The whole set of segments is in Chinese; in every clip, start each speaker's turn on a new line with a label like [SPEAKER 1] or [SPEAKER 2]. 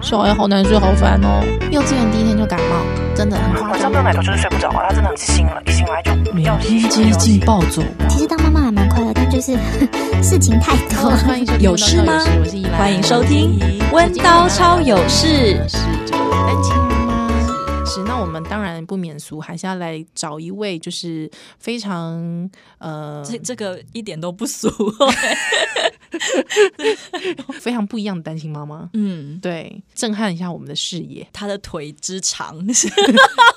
[SPEAKER 1] 小孩好难睡，好烦哦。幼稚园第一天就感冒，真的很夸
[SPEAKER 2] 晚
[SPEAKER 1] 张
[SPEAKER 2] 上嗯没。有奶头就是睡不着啊，他真的很清醒了，一醒来就要洗
[SPEAKER 3] 天接近暴 走王
[SPEAKER 4] 其实当妈妈还蛮快乐，但就是 事情太多了。
[SPEAKER 1] 欢迎收听
[SPEAKER 3] 有事吗
[SPEAKER 1] 我是依兰
[SPEAKER 3] 欢迎收听《温刀超有事》。
[SPEAKER 1] 是这个单亲妈妈。是，那我们当然不免俗，还是要来找一位就是非常 呃
[SPEAKER 3] 这这个一点都不俗、
[SPEAKER 1] 非常不一样的单亲妈妈。
[SPEAKER 3] 嗯，
[SPEAKER 1] 对，震撼一下我们的视野，
[SPEAKER 3] 他的腿之长，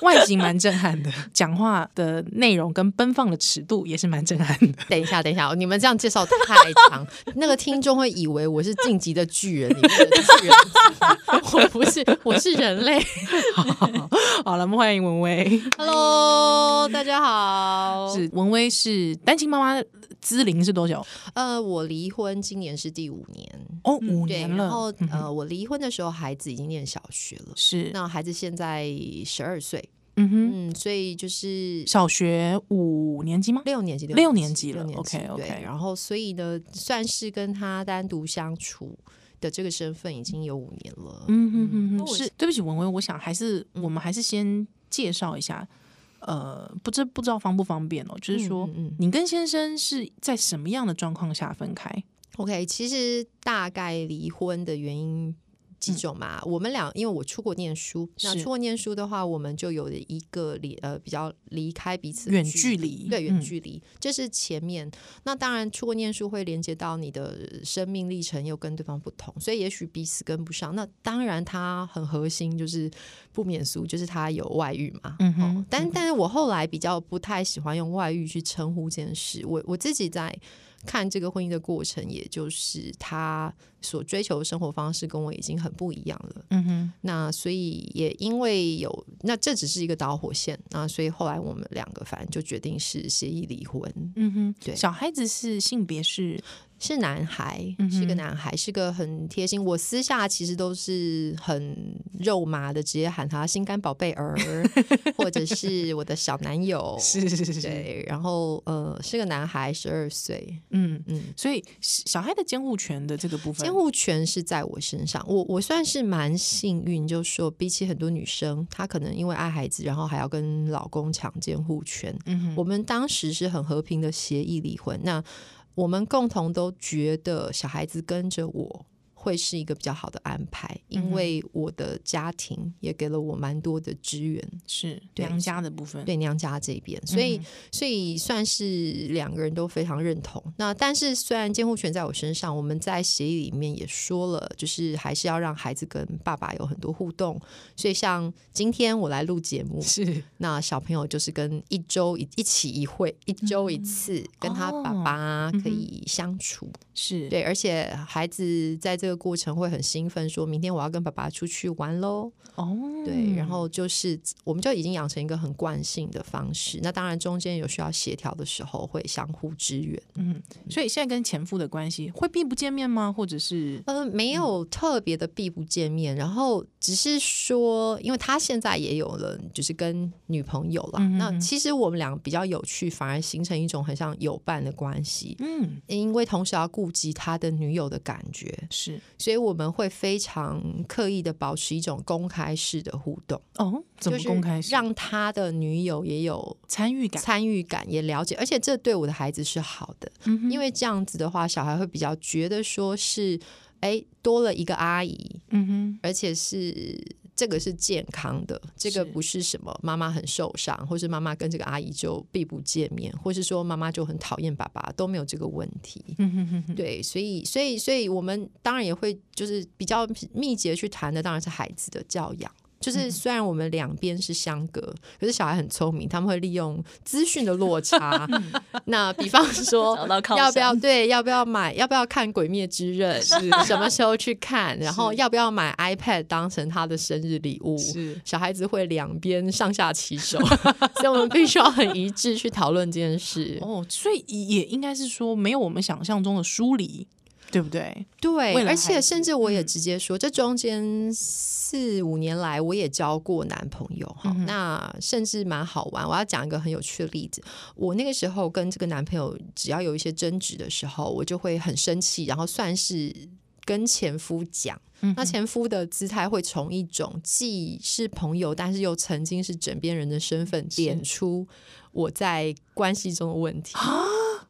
[SPEAKER 1] 外形蛮震撼的，讲话的内容跟奔放的尺度也是蛮震撼的。
[SPEAKER 5] 等一下，等一下，你们这样介绍太长， 那个听众会以为我是《晋级的巨人》里面的巨人，我不是，我是人类。
[SPEAKER 1] 好了，我们欢迎文威。
[SPEAKER 5] Hello，大家
[SPEAKER 3] 哦
[SPEAKER 5] 好。
[SPEAKER 1] 是文威是单亲妈妈，资龄是多久？
[SPEAKER 5] 呃，我离婚今年是第五年，
[SPEAKER 1] 哦，五
[SPEAKER 5] 对，
[SPEAKER 1] 年了。
[SPEAKER 5] 然后
[SPEAKER 1] 嗯哼
[SPEAKER 5] 呃，我离婚的时候孩子已经念小学了，
[SPEAKER 1] 是，
[SPEAKER 5] 那孩子现在十二岁，
[SPEAKER 1] 嗯哼，
[SPEAKER 5] 嗯，所以就是
[SPEAKER 1] 小学五年级吗？
[SPEAKER 5] 六年级，
[SPEAKER 1] 六年级了
[SPEAKER 5] 六年级
[SPEAKER 1] OK，OK
[SPEAKER 5] 对然后所以呢，算是跟他单独相处的这个身份已经有五年了，
[SPEAKER 1] 嗯哼哼
[SPEAKER 3] 那
[SPEAKER 1] 哼，
[SPEAKER 3] 我
[SPEAKER 1] 是。对不起，文威，我想还是我们还是先介绍一下，呃，不知不知道方不方便哦，就是说
[SPEAKER 5] 嗯嗯嗯
[SPEAKER 1] 你跟先生是在什么样的状况下分开？
[SPEAKER 5] OK，其实大概离婚的原因几种嘛。我们俩因为我出国念书，那
[SPEAKER 1] 嗯是
[SPEAKER 5] 出国念书的话，我们就有了一个离呃比较离开彼此的
[SPEAKER 1] 远距离，
[SPEAKER 5] 对
[SPEAKER 1] 嗯
[SPEAKER 5] 远距离，这是前面。那当然，出国念书会连接到你的生命历程又跟对方不同，所以也许彼此跟不上。那当然，他很核心就是不免俗，就是他有外遇嘛。
[SPEAKER 1] 嗯哼
[SPEAKER 5] 哦但但是我后来比较不太喜欢用外遇去称呼这件事。我我自己在看这个婚姻的过程，也就是他所追求的生活方式跟我已经很不一样了。
[SPEAKER 1] 嗯哼，
[SPEAKER 5] 那所以也因为有，那这只是一个导火线，那所以后来我们两个反正就决定是协议离婚。
[SPEAKER 1] 嗯哼，
[SPEAKER 5] 对
[SPEAKER 1] 小孩子是性别 是，
[SPEAKER 5] 是男孩，
[SPEAKER 1] 嗯哼
[SPEAKER 5] 是个男孩，是个很贴心。我私下其实都是很肉麻的，直接喊他“心肝宝贝 儿”，或者是我的小男友。
[SPEAKER 1] 是是是
[SPEAKER 5] 对，然后呃，是个男孩，十二岁，
[SPEAKER 1] 嗯，
[SPEAKER 5] 嗯，
[SPEAKER 1] 所以小孩的监护权的这个部分，
[SPEAKER 5] 监护权是在我身上，我我算是蛮幸运，就是说比起很多女生，她可能因为爱孩子，然后还要跟老公抢监护权。
[SPEAKER 1] 嗯哼，
[SPEAKER 5] 我们当时是很和平的协议离婚，那我们共同都觉得小孩子跟着我。会是一个比较好的安排，因为我的家庭也给了我蛮多的支援，
[SPEAKER 1] 是
[SPEAKER 5] 对
[SPEAKER 1] 娘家的部分，
[SPEAKER 5] 对娘家这边，所以、所以算是两个人都非常认同。那但是虽然监护权在我身上，我们在协议里面也说了，就是还是要让孩子跟爸爸有很多互动。所以像今天我来录节目，
[SPEAKER 1] 是
[SPEAKER 5] 那小朋友就是跟一周一一起一会，一周一次、跟他爸爸可以相处。
[SPEAKER 1] 是，
[SPEAKER 5] 对，而且孩子在这个过程会很兴奋，说明天我要跟爸爸出去玩喽。
[SPEAKER 1] 哦，
[SPEAKER 5] 对，然后就是我们就已经养成一个很惯性的方式。那当然中间有需要协调的时候，会相互支援。
[SPEAKER 1] 嗯，所以现在跟前夫的关系会避不见面吗？或者是
[SPEAKER 5] 呃，没有特别的避不见面，然后只是说，因为他现在也有了，就是跟女朋友啦。
[SPEAKER 1] 嗯哼
[SPEAKER 5] 那
[SPEAKER 1] 哼
[SPEAKER 5] 其实我们俩比较有趣，反而形成一种很像友伴的关系。
[SPEAKER 1] 嗯
[SPEAKER 5] 因为同时要顾及他的女友的感觉，
[SPEAKER 1] 是
[SPEAKER 5] 所以我们会非常刻意的保持一种公开式的互动，
[SPEAKER 1] 哦，怎么
[SPEAKER 5] 就是
[SPEAKER 1] 公开式
[SPEAKER 5] 让他的女友也有
[SPEAKER 1] 参与感？
[SPEAKER 5] 参与感也了解，而且这对我的孩子是好的，
[SPEAKER 1] 嗯
[SPEAKER 5] 因为这样子的话，小孩会比较觉得说是，哎，多了一个阿姨，
[SPEAKER 1] 嗯哼，
[SPEAKER 5] 而且是这个是健康的，这
[SPEAKER 1] 是
[SPEAKER 5] 个不是什么妈妈很受伤，或是妈妈跟这个阿姨就避不见面，或是说妈妈就很讨厌爸爸，都没有这个问题。
[SPEAKER 1] 嗯哼哼哼，
[SPEAKER 5] 对，所以，所以，所以我们当然也会就是比较密集地去谈的，当然是孩子的教养。
[SPEAKER 3] 嗯
[SPEAKER 5] 就是虽然我们两边是相隔，可是小孩很聪明，他们会利用资讯的落差。 那比方说
[SPEAKER 3] 嗯找到，靠
[SPEAKER 5] 要不
[SPEAKER 3] 山
[SPEAKER 5] 要对，要不要买，要不要看《鬼灭之刃》？什么时候去看？然后要不要买 iPad 当成他的生日礼物？
[SPEAKER 1] 是
[SPEAKER 5] 小孩子会两边上下其手， 所以我们必须要很一致去讨论这件事。
[SPEAKER 1] 哦，所以也应该是说没有我们想象中的疏离，对不对？为
[SPEAKER 5] 对，
[SPEAKER 1] 了
[SPEAKER 5] 而
[SPEAKER 1] 孩
[SPEAKER 5] 且
[SPEAKER 1] 子嗯
[SPEAKER 5] 甚至我也直接说，这中间四五年来，我也交过男朋友
[SPEAKER 1] 嗯
[SPEAKER 5] 哈、那甚至蛮好玩。我要讲一个很有趣的例子，我那个时候跟这个男朋友只要有一些争执的时候，我就会很生气，然后算是。跟前夫讲。
[SPEAKER 1] 嗯
[SPEAKER 5] 那前夫的姿态会从一种既是朋友，但是又曾经是枕边人的身份，点出我在关系中的问题。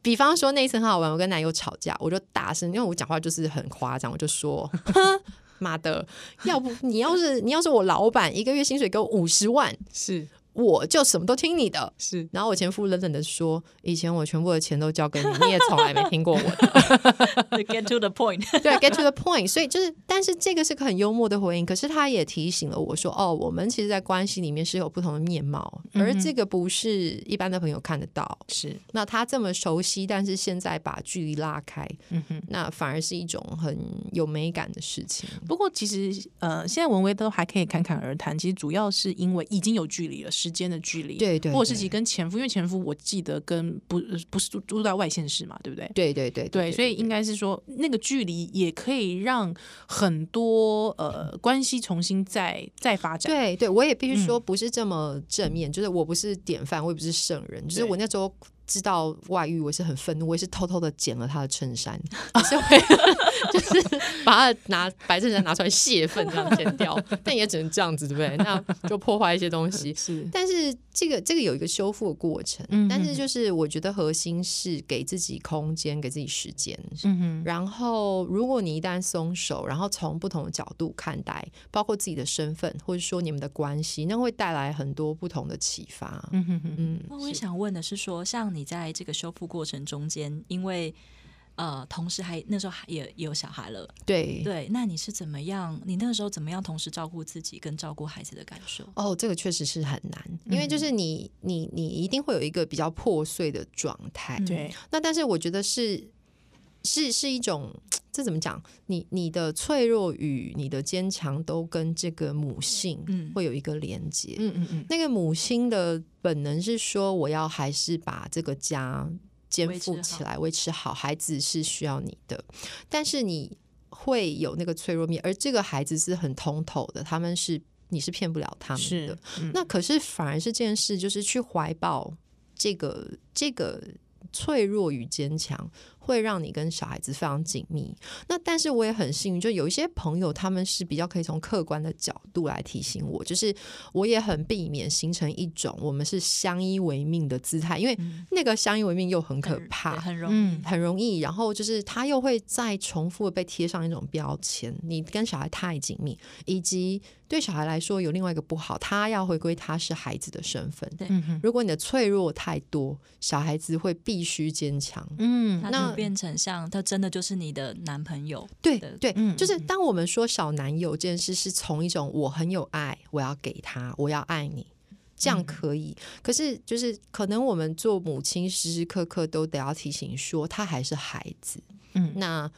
[SPEAKER 5] 比方说那一次很好玩，我跟男友吵架，我就大声，因为我讲话就是很夸张，我就说：“ 哼妈的，要不你要是你要是我老板，一个月薪水给我五十万，
[SPEAKER 1] 是
[SPEAKER 5] 我就什么都听你的。”
[SPEAKER 1] 是
[SPEAKER 5] 然后我前夫冷冷的说：“以前我全部的钱都交给你，你也从来没听过我的。
[SPEAKER 3] get to the point，
[SPEAKER 5] 对，get to the point。所以就是，但是这个是个很幽默的回应。可是他也提醒了我说：哦，我们其实，在关系里面是有不同的面貌，
[SPEAKER 1] 嗯
[SPEAKER 5] 而这个不是一般的朋友看得到。
[SPEAKER 1] 是，
[SPEAKER 5] 那他这么熟悉，但是现在把距离拉开，
[SPEAKER 1] 嗯哼。
[SPEAKER 5] 那反而是一种很有美感的事情。
[SPEAKER 1] 不过其实呃，现在文威都还可以侃侃而谈，其实主要是因为已经有距离了，时间的距离，
[SPEAKER 5] 对对
[SPEAKER 1] 或者是
[SPEAKER 5] 对
[SPEAKER 1] 其实跟前夫，因为前夫我记得跟不呃不是住住在外县市嘛，对不对？
[SPEAKER 5] 对对对
[SPEAKER 1] 对，所以应该是说，那个距离也可以让很多呃关系重新再再发展。
[SPEAKER 5] 对对，我也必须
[SPEAKER 1] 嗯
[SPEAKER 5] 说不是这么正面，就是我不是典范，我也不是圣人，就是
[SPEAKER 1] 对
[SPEAKER 5] 我那时候。知道外遇，我也是很愤怒，我也是偷偷的剪了他的 衬衫，就是为了就是把他拿白衬衫拿出来泄愤这样剪掉，但也只能这样子，对不对？那就破坏一些东西。
[SPEAKER 1] 是，
[SPEAKER 5] 但是这个这个有一个修复的过程，
[SPEAKER 1] 嗯
[SPEAKER 5] 但
[SPEAKER 1] 嗯
[SPEAKER 5] 是就是我觉得核心是给自己空间，给自己时间，
[SPEAKER 1] 嗯哼，
[SPEAKER 5] 然后，如果你一旦松手，然后从不同的角度看待，包括自己的身份，或者说你们的关系，那会带来很多不同的启发。
[SPEAKER 1] 嗯哼哼，
[SPEAKER 5] 嗯，
[SPEAKER 3] 那我也
[SPEAKER 5] 是
[SPEAKER 3] 想问的是说，像你在这个修复过程中间，因为呃，同时还那时候还也也有小孩了，
[SPEAKER 5] 对
[SPEAKER 3] 对，那你是怎么样？你那个时候怎么样同时照顾自己跟照顾孩子的感受？
[SPEAKER 5] 哦，这个确实是很难，因为就是你你你一定会有一个比较破碎的状态。
[SPEAKER 3] 嗯
[SPEAKER 1] 对，
[SPEAKER 5] 那但是我觉得是是是一种这怎么讲？你你的脆弱与你的坚强都跟这个母性
[SPEAKER 3] 嗯
[SPEAKER 5] 会有一个连接。
[SPEAKER 1] 嗯嗯嗯，
[SPEAKER 5] 那个母亲的本能是说，我要还是把这个家肩负起来，维持好，孩子是需要你的，但是你会有那个脆弱面，而这个孩子是很通透的，他们是你是骗不了他们
[SPEAKER 1] 是
[SPEAKER 5] 的。，那可是嗯反而是这件事，就是去怀抱这个这个脆弱与坚强，会让你跟小孩子非常紧密。那但是我也很幸运，就有一些朋友他们是比较可以从客观的角度来提醒我，就是我也很避免形成一种我们是相依为命的姿态，因为
[SPEAKER 3] 嗯
[SPEAKER 5] 那个相依为命又很可
[SPEAKER 3] 很
[SPEAKER 5] 怕
[SPEAKER 3] 对。很容易。
[SPEAKER 1] 嗯
[SPEAKER 5] 很容易，然后就是他又会再重复的被贴上一种标签，你跟小孩太紧密，以及对小孩来说有另外一个不好，他要回归他是孩子的身份。
[SPEAKER 3] 对
[SPEAKER 1] 嗯哼，
[SPEAKER 5] 如果你的脆弱太多，小孩子会必须坚强。
[SPEAKER 1] 嗯
[SPEAKER 3] 他
[SPEAKER 5] 那
[SPEAKER 3] 就变成像他真的就是你的男朋友，
[SPEAKER 5] 对
[SPEAKER 3] 的
[SPEAKER 5] 对，
[SPEAKER 1] 嗯
[SPEAKER 5] 就是
[SPEAKER 1] 嗯
[SPEAKER 5] 当我们说小男友这件事，是从一种我很有爱，我要给他，我要爱你，这
[SPEAKER 1] 嗯
[SPEAKER 5] 样可以。可是就是可能我们做母亲时时刻刻都得要提醒说，他还是孩子。
[SPEAKER 1] 嗯
[SPEAKER 5] 那。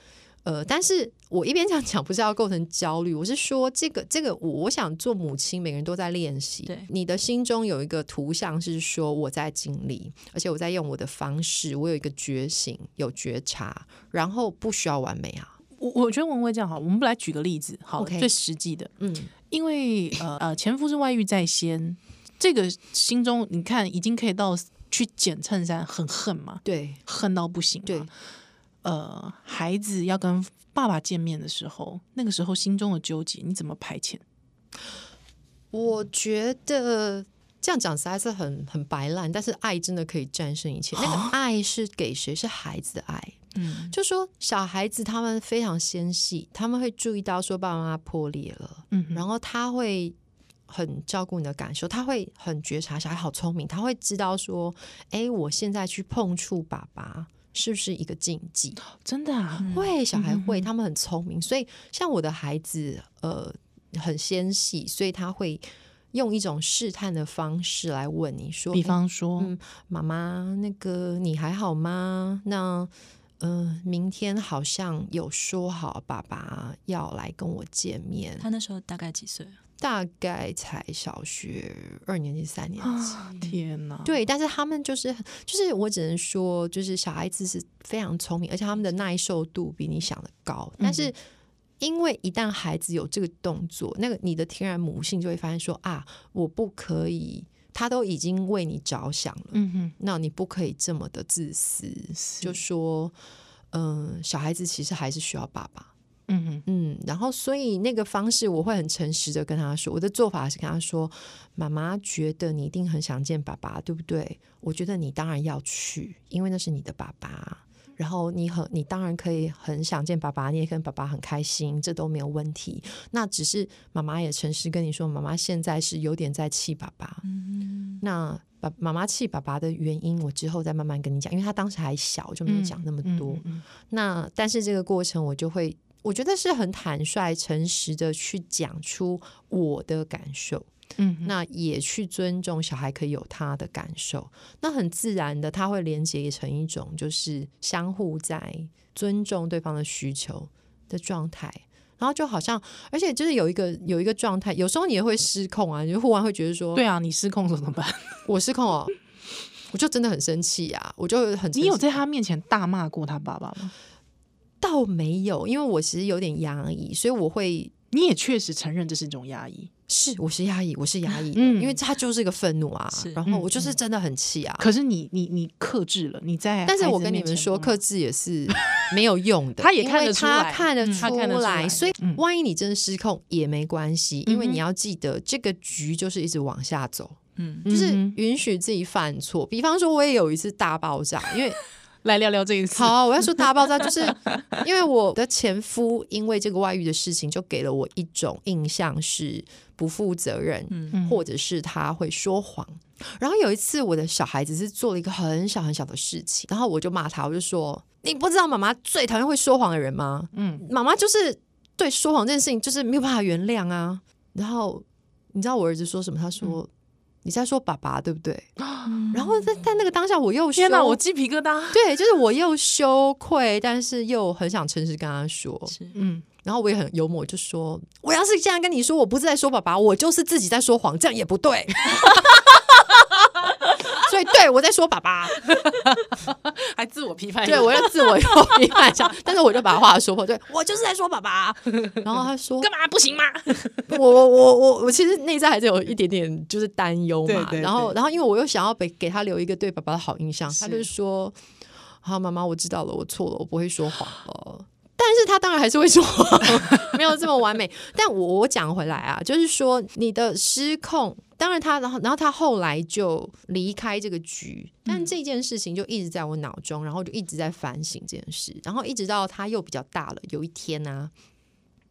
[SPEAKER 5] 呃，但是我一边这样讲，不是要构成焦虑，我是说这个这个我，我想做母亲，每个人都在练习。
[SPEAKER 3] 对
[SPEAKER 5] 你的心中有一个图像是说我在经历，而且我在用我的方式，我有一个觉醒，有觉察，然后不需要完美啊。
[SPEAKER 1] 我我觉得文威这样好，我们来举个例子，好了
[SPEAKER 5] OK
[SPEAKER 1] 最实际的，
[SPEAKER 5] 嗯，
[SPEAKER 1] 因为呃呃，前夫是外遇在先，这个心中你看已经可以到去剪衬衫，很恨嘛，
[SPEAKER 5] 对
[SPEAKER 1] 恨到不行嘛。
[SPEAKER 5] 对，
[SPEAKER 1] 呃，孩子要跟爸爸见面的时候，那个时候心中的纠结，你怎么排遣？
[SPEAKER 5] 我觉得这样讲实在是很很白烂，但是爱真的可以战胜一切。那个爱是给谁？是孩子的爱。
[SPEAKER 3] 嗯，
[SPEAKER 5] 就说小孩子他们非常纤细，他们会注意到说爸爸妈妈破裂了，
[SPEAKER 1] 嗯哼，
[SPEAKER 5] 然后他会。很照顾你的感受，他会很觉察，小孩好聪明，他会知道说，哎，我现在去碰触爸爸是不是一个禁忌？
[SPEAKER 1] 真的啊，
[SPEAKER 5] 会，小孩会，他们很聪明，所以像我的孩子，呃，很纤细，所以他会用一种试探的方式来问你说，
[SPEAKER 1] 比
[SPEAKER 5] 诶
[SPEAKER 1] 方说，
[SPEAKER 5] 嗯妈妈，那个你还好吗？那呃，明天好像有说好爸爸要来跟我见面，
[SPEAKER 3] 他那时候大概几岁啊？
[SPEAKER 5] 大概才小学二年级、三年 级。
[SPEAKER 1] 啊，天哪，
[SPEAKER 5] 嗯对，但是他们就是就是，我只能说，就是小孩子是非常聪明，而且他们的耐受度比你想的高。但是因为一旦孩子有这个动作，那个你的天然母性就会发现说啊，我不可以，他都已经为你着想了，
[SPEAKER 1] 嗯哼，
[SPEAKER 5] 那你不可以这么的自私，
[SPEAKER 1] 是
[SPEAKER 5] 就说嗯、呃小孩子其实还是需要爸爸。
[SPEAKER 1] 嗯哼，
[SPEAKER 5] 嗯，然后所以那个方式，我会很诚实的跟他说，我的做法是跟他说，妈妈觉得你一定很想见爸爸，对不对？我觉得你当然要去，因为那是你的爸爸。然后你很，你当然可以很想见爸爸，你也跟爸爸很开心，这都没有问题。那只是妈妈也诚实跟你说，妈妈现在是有点在气爸爸。
[SPEAKER 1] 嗯
[SPEAKER 5] 那爸妈妈气爸爸的原因，我之后再慢慢跟你讲，因为他当时还小，就没有讲那么
[SPEAKER 1] 嗯
[SPEAKER 5] 多。
[SPEAKER 1] 嗯嗯
[SPEAKER 5] 那但是这个过程，我就会我觉得是很坦率、诚实的去讲出我的感受，
[SPEAKER 1] 嗯哼
[SPEAKER 5] 那也去尊重小孩可以有他的感受，那很自然的，他会连接成一种就是相互在尊重对方的需求的状态。然后就好像，而且就是有一个有一个状态，有时候你也会失控啊，你就忽然会觉得说，
[SPEAKER 1] 对啊，你失控了怎么 办？
[SPEAKER 5] 我失控哦，我就真的很生气啊，我就很
[SPEAKER 1] 你
[SPEAKER 5] 生
[SPEAKER 1] 有
[SPEAKER 5] 气
[SPEAKER 1] 在他面前大骂过他爸爸吗？
[SPEAKER 5] 倒没有，因为我其实有点压抑，所以我会
[SPEAKER 1] 你也确实承认这是一种压抑，
[SPEAKER 5] 是我是压抑，我是压抑的，
[SPEAKER 1] 嗯
[SPEAKER 5] 因为他就是一个愤怒啊
[SPEAKER 3] 是，
[SPEAKER 5] 然后
[SPEAKER 1] 嗯
[SPEAKER 5] 我就是真的很气啊。
[SPEAKER 1] 可是你你你克制了，你在
[SPEAKER 5] 但是
[SPEAKER 1] 孩子
[SPEAKER 5] 我跟你
[SPEAKER 1] 面前
[SPEAKER 5] 们说，
[SPEAKER 1] 不骂
[SPEAKER 5] 克制也是没有用的，
[SPEAKER 1] 他也
[SPEAKER 5] 因
[SPEAKER 1] 看
[SPEAKER 5] 为
[SPEAKER 1] 得出
[SPEAKER 5] 他
[SPEAKER 1] 来
[SPEAKER 5] 看得
[SPEAKER 1] 嗯他
[SPEAKER 5] 出
[SPEAKER 1] 看得出来
[SPEAKER 5] 所以
[SPEAKER 1] 嗯
[SPEAKER 5] 万一你真的失控也没关系，因为
[SPEAKER 1] 嗯哼
[SPEAKER 5] 你要记得这个局就是一直往下走，
[SPEAKER 3] 嗯，
[SPEAKER 5] 就是
[SPEAKER 1] 嗯哼
[SPEAKER 5] 允许自己犯错。比方说，我也有一次大爆炸，因 为
[SPEAKER 1] 来聊聊这一次，
[SPEAKER 5] 好，我要说大爆炸，就是因为我的前夫因为这个外遇的事情，就给了我一种印象是不负责任，
[SPEAKER 1] 嗯
[SPEAKER 5] 或者是他会说谎。然后有一次，我的小孩子是做了一个很小很小的事情，然后我就骂他，我就说：“你不知道妈妈最讨厌会说谎的人吗？
[SPEAKER 1] 嗯
[SPEAKER 5] 妈妈就是对说谎这件事情就是没有办法原谅啊。”然后你知道我儿子说什么？他
[SPEAKER 1] 嗯
[SPEAKER 5] 说：“你在说爸爸对不对？”然后在在那个当下，我又
[SPEAKER 1] 天哪，
[SPEAKER 5] 羞
[SPEAKER 1] 我鸡皮疙瘩，
[SPEAKER 5] 对，就是我又羞愧，但是又很想诚实跟他说，
[SPEAKER 3] 是
[SPEAKER 1] 嗯，
[SPEAKER 5] 然后我也很幽默，就说我要是这样跟你说，我不是在说爸爸，我就是自己在说谎，这样也 不对。所以对我在说爸爸，
[SPEAKER 1] 还自我批判，
[SPEAKER 5] 对我要自我又批判一下，但是我就把话说破，对我就是在说爸爸。然后他 说
[SPEAKER 1] 干嘛不行吗？
[SPEAKER 5] 我我我我我其实内在还是有一点点就是担忧嘛，
[SPEAKER 1] 对对
[SPEAKER 5] 然后
[SPEAKER 1] 对
[SPEAKER 5] 然后因为我又想要给给他留一个对爸爸的好印象，他
[SPEAKER 1] 是
[SPEAKER 5] 就说：“好，妈妈，我知道了，我错了，我不会说谎了。”但是他当然还是会说谎，没有这么完美。但我我讲回来啊，就是说你的失控，当然他然后然后他后来就离开这个局，但这件事情就一直在我脑中，然后就一直在反省这件事，然后一直到他又比较大了，有一天啊，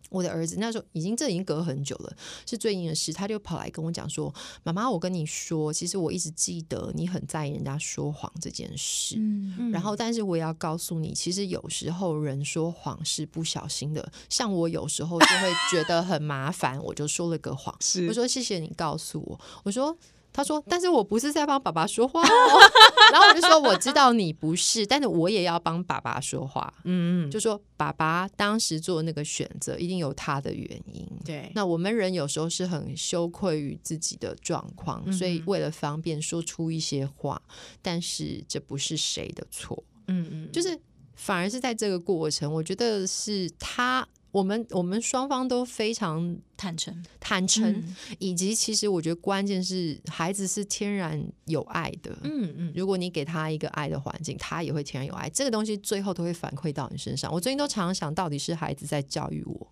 [SPEAKER 5] 我的儿子那时候已经这已经隔很久了，是最近的事，他就跑来跟我讲说：“妈妈，我跟你说，其实我一直记得你很在意人家说谎这件事。
[SPEAKER 1] 嗯
[SPEAKER 5] 然后，但是我也要告诉你，其实有时候人说谎是不小心的。像我有时候就会觉得很麻烦，我就说了个谎。
[SPEAKER 1] 嗯是
[SPEAKER 5] 我说谢谢你告诉我。我说，他说，但是我不是在帮爸爸说话、哦。 然后我就说，我知道你不是，但是我也要帮爸爸说话。
[SPEAKER 1] 嗯嗯，
[SPEAKER 5] 就说爸爸当时做那个选择，一定有他的原因。
[SPEAKER 1] 对，
[SPEAKER 5] 那我们人有时候是很羞愧于自己的状况，所以为了方便说出一些话，但是这不是谁的错，
[SPEAKER 1] 嗯嗯，
[SPEAKER 5] 就是反而是在这个过程，我觉得是他。我们我们双方都非常
[SPEAKER 3] 坦诚，
[SPEAKER 5] 坦诚，以及其实我觉得关键是孩子是天然有爱的，
[SPEAKER 1] 嗯嗯，
[SPEAKER 5] 如果你给他一个爱的环境，他也会天然有爱。这个东西最后都会反馈到你身上。我最近都常常想到底是孩子在教育我，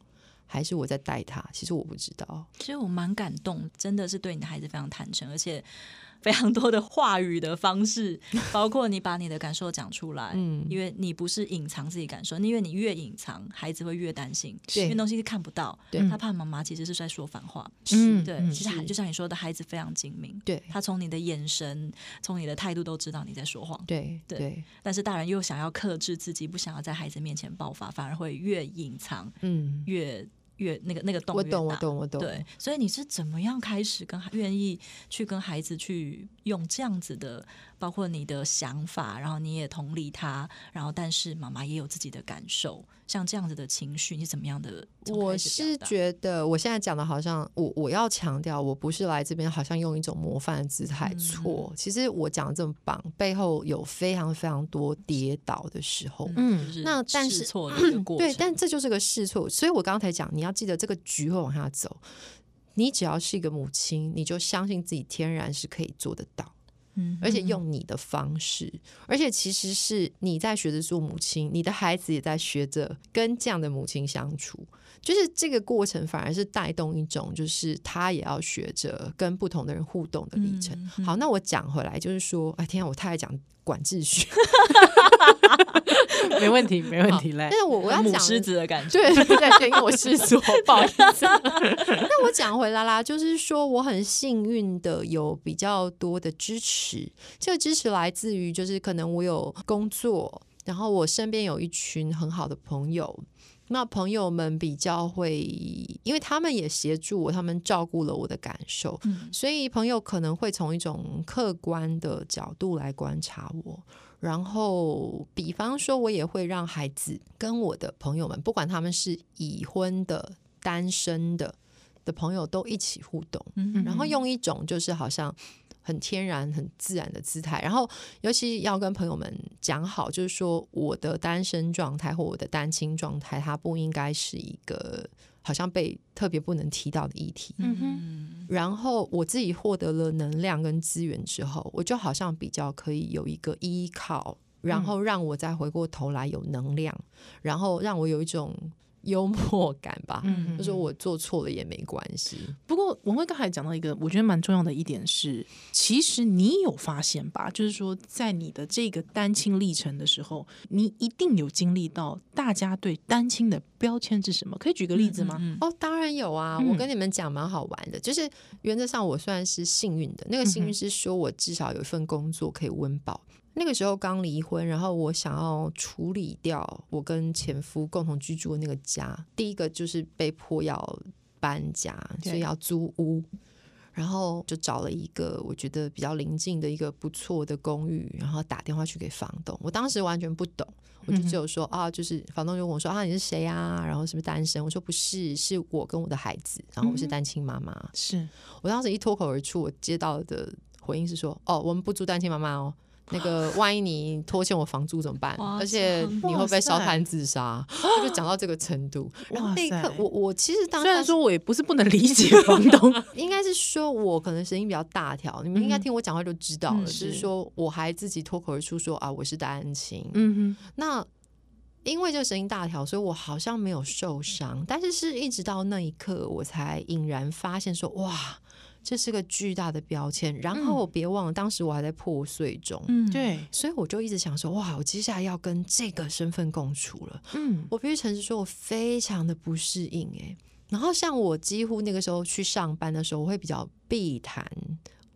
[SPEAKER 5] 还是我在带他？其实我不知道。
[SPEAKER 3] 其实我蛮感动，真的是对你的孩子非常坦诚，而且 非常多的话语的方式，包括你把你的感受讲出来，
[SPEAKER 5] 嗯
[SPEAKER 3] 因为你不是隐藏自己感受，因为你越隐藏，孩子会越担心，
[SPEAKER 5] 对
[SPEAKER 3] 因为东西是看不到，
[SPEAKER 5] 对嗯
[SPEAKER 3] 他怕妈妈其实是在说反话，
[SPEAKER 1] 嗯
[SPEAKER 3] 对，
[SPEAKER 1] 嗯
[SPEAKER 3] 其实还就像你说的，孩子非常精明，
[SPEAKER 5] 对
[SPEAKER 3] 他从你的眼神，从你的态度都知道你在说谎，
[SPEAKER 5] 对
[SPEAKER 3] 对
[SPEAKER 5] 对，
[SPEAKER 3] 但是大人又想要克制自己，不想要在孩子面前爆发，反而会越隐藏
[SPEAKER 5] 嗯，
[SPEAKER 3] 越越那个那个洞
[SPEAKER 5] 我
[SPEAKER 3] 越
[SPEAKER 5] 懂，我
[SPEAKER 3] 大
[SPEAKER 5] 懂，我懂。
[SPEAKER 3] 对，所以你是怎么样开始跟孩愿意去跟孩子去用这样子的，包括你的想法，然后你也同理他，然后但是妈妈也有自己的感受，像这样子的情绪，你怎么样的？怎么
[SPEAKER 5] 我
[SPEAKER 3] 开始
[SPEAKER 5] 是
[SPEAKER 3] 表达
[SPEAKER 5] 觉得我现在讲的好像我我要强调，我不是来这边好像用一种模范的姿态
[SPEAKER 3] 嗯
[SPEAKER 5] 错。其实我讲的这么棒，背后有非常非常多跌倒的时候。
[SPEAKER 1] 嗯
[SPEAKER 3] 就是
[SPEAKER 5] 那但
[SPEAKER 3] 试
[SPEAKER 5] 是嗯
[SPEAKER 3] 错的一个过程，
[SPEAKER 5] 对，但这就是个试错，所以我刚才讲，你要记得这个局会往下走。你只要是一个母亲，你就相信自己天然是可以做得到。
[SPEAKER 3] 嗯
[SPEAKER 5] 而且用你的方式，而且其实是你在学着做母亲，你的孩子也在学着跟这样的母亲相处。就是这个过程反而是带动一种，就是他也要学着跟不同的人互动的历程。
[SPEAKER 3] 嗯嗯
[SPEAKER 5] 好，那我讲回来，就是说，哎，天啊，我太爱讲管秩序，
[SPEAKER 1] 没问题，没问题， 来
[SPEAKER 5] 但，是我我要
[SPEAKER 3] 哎母
[SPEAKER 5] 讲
[SPEAKER 3] 狮子的感觉，
[SPEAKER 5] 对对对，因为我是说，不好意思。那我讲回来啦，就是说我很幸运的有比较多的支持，这个支持来自于就是可能我有工作，然后我身边有一群很好的朋友。那朋友们比较会，因为他们也协助我，他们照顾了我的感受，
[SPEAKER 3] 嗯
[SPEAKER 5] 所以朋友可能会从一种客观的角度来观察我。然后，比方说，我也会让孩子跟我的朋友们，不管他们是已婚的、单身的的朋友，都一起互动。
[SPEAKER 3] 嗯
[SPEAKER 5] 然后用一种就是好像很天然、很自然的姿态，然后尤其要跟朋友们讲好，就是说我的单身状态或我的单亲状态，它不应该是一个好像被特别不能提到的议题。
[SPEAKER 1] 嗯哼，
[SPEAKER 3] 嗯
[SPEAKER 5] 然后我自己获得了能量跟资源之后，我就好像比较可以有一个依靠，然
[SPEAKER 1] 嗯
[SPEAKER 5] 后让我再回过头来有能量，然后让我有一种幽默感吧。
[SPEAKER 1] 嗯
[SPEAKER 5] 就是我做错了也没关系，
[SPEAKER 1] 不过文慧刚才讲到一个我觉得蛮重要的一点是，其实你有发现吧，就是说在你的这个单亲历程的时候，你一定有经历到大家对单亲的标签是什么？可以举个例子吗？
[SPEAKER 3] 嗯
[SPEAKER 5] 哦，当然有啊！
[SPEAKER 1] 嗯
[SPEAKER 5] 我跟你们讲，蛮好玩的。就是原则上我算是幸运的，那个
[SPEAKER 1] 嗯
[SPEAKER 5] 幸运是说我至少有一份工作可以温饱。那个时候刚离婚，然后我想要处理掉我跟前夫共同居住的那个家，第一个就是被迫要搬家，
[SPEAKER 1] 对
[SPEAKER 5] 所以要租屋。然后就找了一个我觉得比较临近的一个不错的公寓，然后打电话去给房东。我当时完全不懂，我
[SPEAKER 1] 嗯
[SPEAKER 5] 就只有说、啊，就是房东就问我说啊，你是谁啊？然后是不是单身？我说不是，是我跟我的孩子，然
[SPEAKER 1] 嗯
[SPEAKER 5] 后我是单亲妈妈。
[SPEAKER 1] 是，
[SPEAKER 5] 我当时一脱口而出，我接到的回应是说哦，我们不租单亲妈妈哦。那 个，万一你拖欠我房租怎么办？
[SPEAKER 3] 哇
[SPEAKER 5] 而且你会不会烧炭自杀？ 我就讲到这个程度。然后那一
[SPEAKER 1] 哇
[SPEAKER 5] 刻
[SPEAKER 1] 塞，
[SPEAKER 5] 我我其实当
[SPEAKER 1] 虽然
[SPEAKER 5] 下
[SPEAKER 1] 说我也不是不能理解房 东，
[SPEAKER 5] 应该是说，我可能声音比较大条，你们应该
[SPEAKER 1] 嗯
[SPEAKER 5] 听我讲话就知道了。
[SPEAKER 3] 嗯
[SPEAKER 5] 就是
[SPEAKER 1] 是
[SPEAKER 5] 说，我还自己脱口而出说啊，我是单亲。
[SPEAKER 1] 嗯哼，
[SPEAKER 5] 那因为这个声音大条，所以我好像没有受伤，但是是一直到那一刻，我才隐然发现说，哇，这是个巨大的标签。然
[SPEAKER 1] 嗯
[SPEAKER 5] 后别忘了，当时我还在破碎中。
[SPEAKER 3] 嗯，
[SPEAKER 1] 对，
[SPEAKER 5] 所以我就一直想说，哇，我接下来要跟这个身份共处了。
[SPEAKER 1] 嗯，
[SPEAKER 5] 我必须诚实说，我非常的不适应诶、然后像我几乎那个时候去上班的时候，我会比较避谈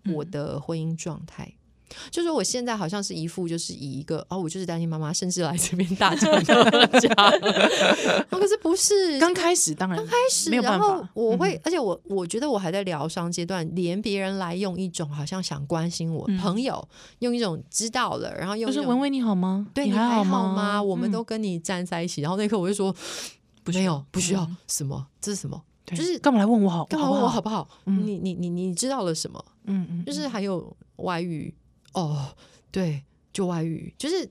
[SPEAKER 1] 嗯
[SPEAKER 5] 我的婚姻状态。就是我现在好像是一副就是以一个哦，我就是单亲妈妈，甚至来这边大讲特讲， 哦可是不是
[SPEAKER 1] 刚开始当然刚开
[SPEAKER 5] 是
[SPEAKER 1] 没有
[SPEAKER 5] 然
[SPEAKER 1] 办
[SPEAKER 5] 后
[SPEAKER 1] 法，
[SPEAKER 5] 我会，
[SPEAKER 1] 嗯
[SPEAKER 5] 而且我我觉得我还在疗伤阶段，连别人来用一种好像想关心我、
[SPEAKER 3] 嗯
[SPEAKER 5] 朋友，用一种知道了，然后用
[SPEAKER 1] 就
[SPEAKER 5] 一
[SPEAKER 1] 是
[SPEAKER 5] 种
[SPEAKER 1] 文文你好吗？
[SPEAKER 5] 对
[SPEAKER 1] 你
[SPEAKER 5] 你
[SPEAKER 1] 好
[SPEAKER 5] 好
[SPEAKER 1] 吗？
[SPEAKER 5] 我们
[SPEAKER 1] 嗯
[SPEAKER 5] 都跟你站在一起。然后那一刻我就说，没有，不需要什么，这是什么？
[SPEAKER 1] 对
[SPEAKER 5] 就是
[SPEAKER 1] 干嘛来问我好，
[SPEAKER 5] 干嘛问啊我好
[SPEAKER 1] 不？
[SPEAKER 5] 不好？
[SPEAKER 1] 嗯
[SPEAKER 5] 你你你你知道了什么？
[SPEAKER 1] 嗯嗯，
[SPEAKER 5] 就是还有外遇哦，对，就外遇，就是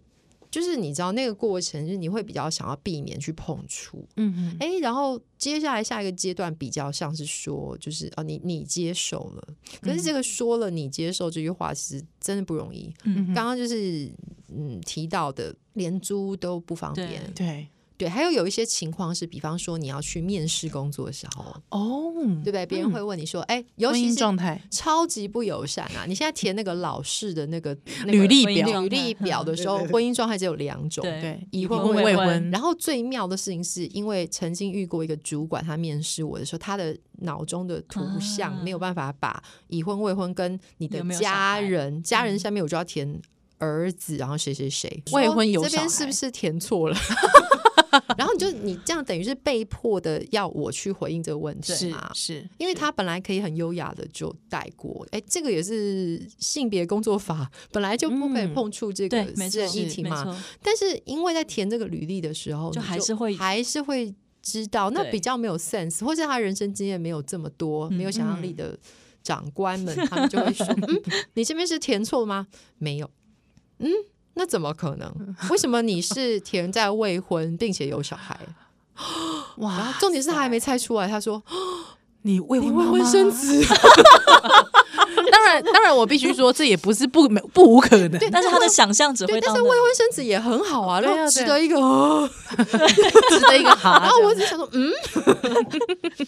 [SPEAKER 5] 就是你知道那个过程，就是你会比较想要避免去碰触。
[SPEAKER 1] 嗯嗯
[SPEAKER 5] 哎，然后接下来下一个阶段比较像是说，就是哦，你你接受了，可是这个说了你接受这句话，其实真的不容易。
[SPEAKER 1] 嗯，
[SPEAKER 5] 刚刚就是嗯提到的，连租都不方便。
[SPEAKER 3] 对
[SPEAKER 1] 对
[SPEAKER 5] 对还有有一些情况是，比方说你要去面试工作的时候，
[SPEAKER 1] 哦，
[SPEAKER 5] 对不对？别人会问你说：“哎、尤
[SPEAKER 1] 婚
[SPEAKER 5] 其
[SPEAKER 1] 姻
[SPEAKER 5] 是
[SPEAKER 1] 状态
[SPEAKER 5] 超级不友善啊！你现在填那个老式的 那个、那个
[SPEAKER 1] 履历
[SPEAKER 3] 婚姻
[SPEAKER 1] 表，
[SPEAKER 5] 履历 表的时候，婚姻状态只有两种。
[SPEAKER 3] 对
[SPEAKER 1] 对，
[SPEAKER 5] 已
[SPEAKER 1] 已
[SPEAKER 5] 婚
[SPEAKER 1] 婚
[SPEAKER 5] 未
[SPEAKER 1] 未
[SPEAKER 3] 婚
[SPEAKER 1] 婚，
[SPEAKER 5] 然后最妙的事情是因为曾经遇过一个主管，他面试我的时候，他的脑中的图像
[SPEAKER 3] 啊
[SPEAKER 5] 没有办法把已婚未婚跟你的
[SPEAKER 3] 有没有小
[SPEAKER 5] 家
[SPEAKER 3] 孩嗯
[SPEAKER 5] 人，家人下面我就要填儿子，然后谁谁谁
[SPEAKER 1] 未
[SPEAKER 5] 说
[SPEAKER 1] 婚有
[SPEAKER 5] 这边
[SPEAKER 1] 小
[SPEAKER 5] 是不
[SPEAKER 1] 孩
[SPEAKER 5] 是填错了？ 然后你就你这样等于是被迫的要我去回应这个问题
[SPEAKER 1] 是
[SPEAKER 5] 嘛？
[SPEAKER 1] 是，
[SPEAKER 5] 因为他本来可以很优雅的就带过，哎，这个也是性别工作法本来就不可以
[SPEAKER 1] 嗯
[SPEAKER 5] 碰触这
[SPEAKER 3] 对
[SPEAKER 5] 个，
[SPEAKER 3] 没
[SPEAKER 5] 私
[SPEAKER 3] 错，
[SPEAKER 5] 人议题
[SPEAKER 3] 没
[SPEAKER 5] 嘛。
[SPEAKER 3] 错，
[SPEAKER 5] 但是因为在填这个履历的时候，
[SPEAKER 3] 就
[SPEAKER 5] 你
[SPEAKER 3] 还是会
[SPEAKER 5] 还是会知道，那
[SPEAKER 3] 对嗯
[SPEAKER 5] 比较没有 sense，或是他人生经验没有这么多，没有想象力的长官 们，他们就会说：“嗯，你这边是填错了吗？没有，嗯，那怎么 可能？为什么你是填在未婚并且有小孩？然后
[SPEAKER 1] 哇，
[SPEAKER 5] 重点是他还没猜出来，他说
[SPEAKER 1] 你未
[SPEAKER 5] 你
[SPEAKER 1] 婚
[SPEAKER 5] 未婚生
[SPEAKER 1] 子，
[SPEAKER 5] 子。”
[SPEAKER 1] 当然，当然，我必须说，这也不是不没不无可能。
[SPEAKER 3] 但是他的想象只
[SPEAKER 5] 对，
[SPEAKER 3] 会
[SPEAKER 5] 但
[SPEAKER 3] 到
[SPEAKER 5] 是
[SPEAKER 3] 那
[SPEAKER 5] 未
[SPEAKER 3] 里
[SPEAKER 5] 婚生子也很好啊，
[SPEAKER 1] 对啊
[SPEAKER 5] 让值
[SPEAKER 1] 对
[SPEAKER 5] 得一个哦。
[SPEAKER 1] 值得一个哈。
[SPEAKER 5] 然后我只想说，嗯，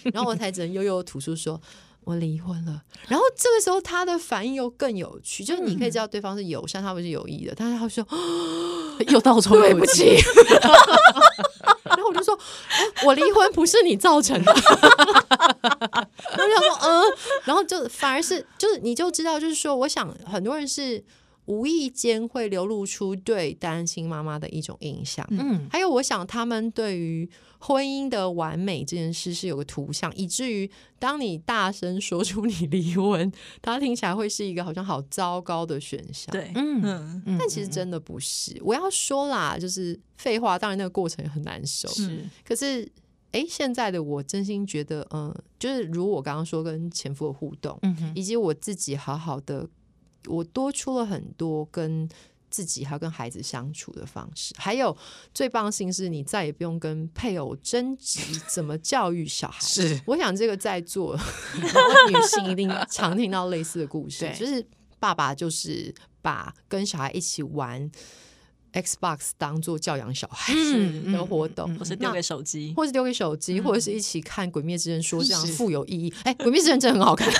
[SPEAKER 5] 然后我才只能悠悠吐出说。我离婚了，然后这个时候他的反应又更有趣，就是
[SPEAKER 1] 嗯
[SPEAKER 5] 你可以知道对方是友善，他不是有意的，但是他会说
[SPEAKER 1] 这样又倒抽
[SPEAKER 5] 对
[SPEAKER 1] 又
[SPEAKER 5] 不起，然后我就说、哎我离婚不是你造成的，我就想说嗯，然后就反而是就是你就知道，就是说，我想很多人是无意间会流露出对单亲妈妈的一种印象，
[SPEAKER 1] 嗯，
[SPEAKER 5] 还有，我想他们对于婚姻的完美这件事是有个图像，以至于当你大声说出你离婚，它听起来会是一个好像好糟糕的选项。，
[SPEAKER 3] 对，
[SPEAKER 1] 嗯
[SPEAKER 3] 嗯，
[SPEAKER 1] 嗯
[SPEAKER 5] 但其实真的不是。我要说啦，就是废话，当然那个过程也很难受。
[SPEAKER 3] 是
[SPEAKER 5] 可是，诶，现在的我真心觉得，嗯，就是如我刚刚说跟前夫的互动，
[SPEAKER 1] 嗯哼
[SPEAKER 5] 以及我自己好好的，我多出了很多跟自己还有跟孩子相处的方式。还有最棒的事情是你再也不用跟配偶争执怎么教育小孩。
[SPEAKER 1] 是
[SPEAKER 5] 我想这个 在座很多女性一定常听到类似的故事
[SPEAKER 1] 对，
[SPEAKER 5] 就是爸爸就是把跟小孩一起玩 Xbox 当做教养小孩
[SPEAKER 1] 嗯
[SPEAKER 5] 的活动，
[SPEAKER 1] 嗯嗯嗯
[SPEAKER 3] 我是丢给手机，
[SPEAKER 5] 或是丢给手机，或者是一起看《鬼灭之刃》，说这样
[SPEAKER 1] 嗯是
[SPEAKER 5] 富有意义。哎，《鬼灭之刃》真的很好看，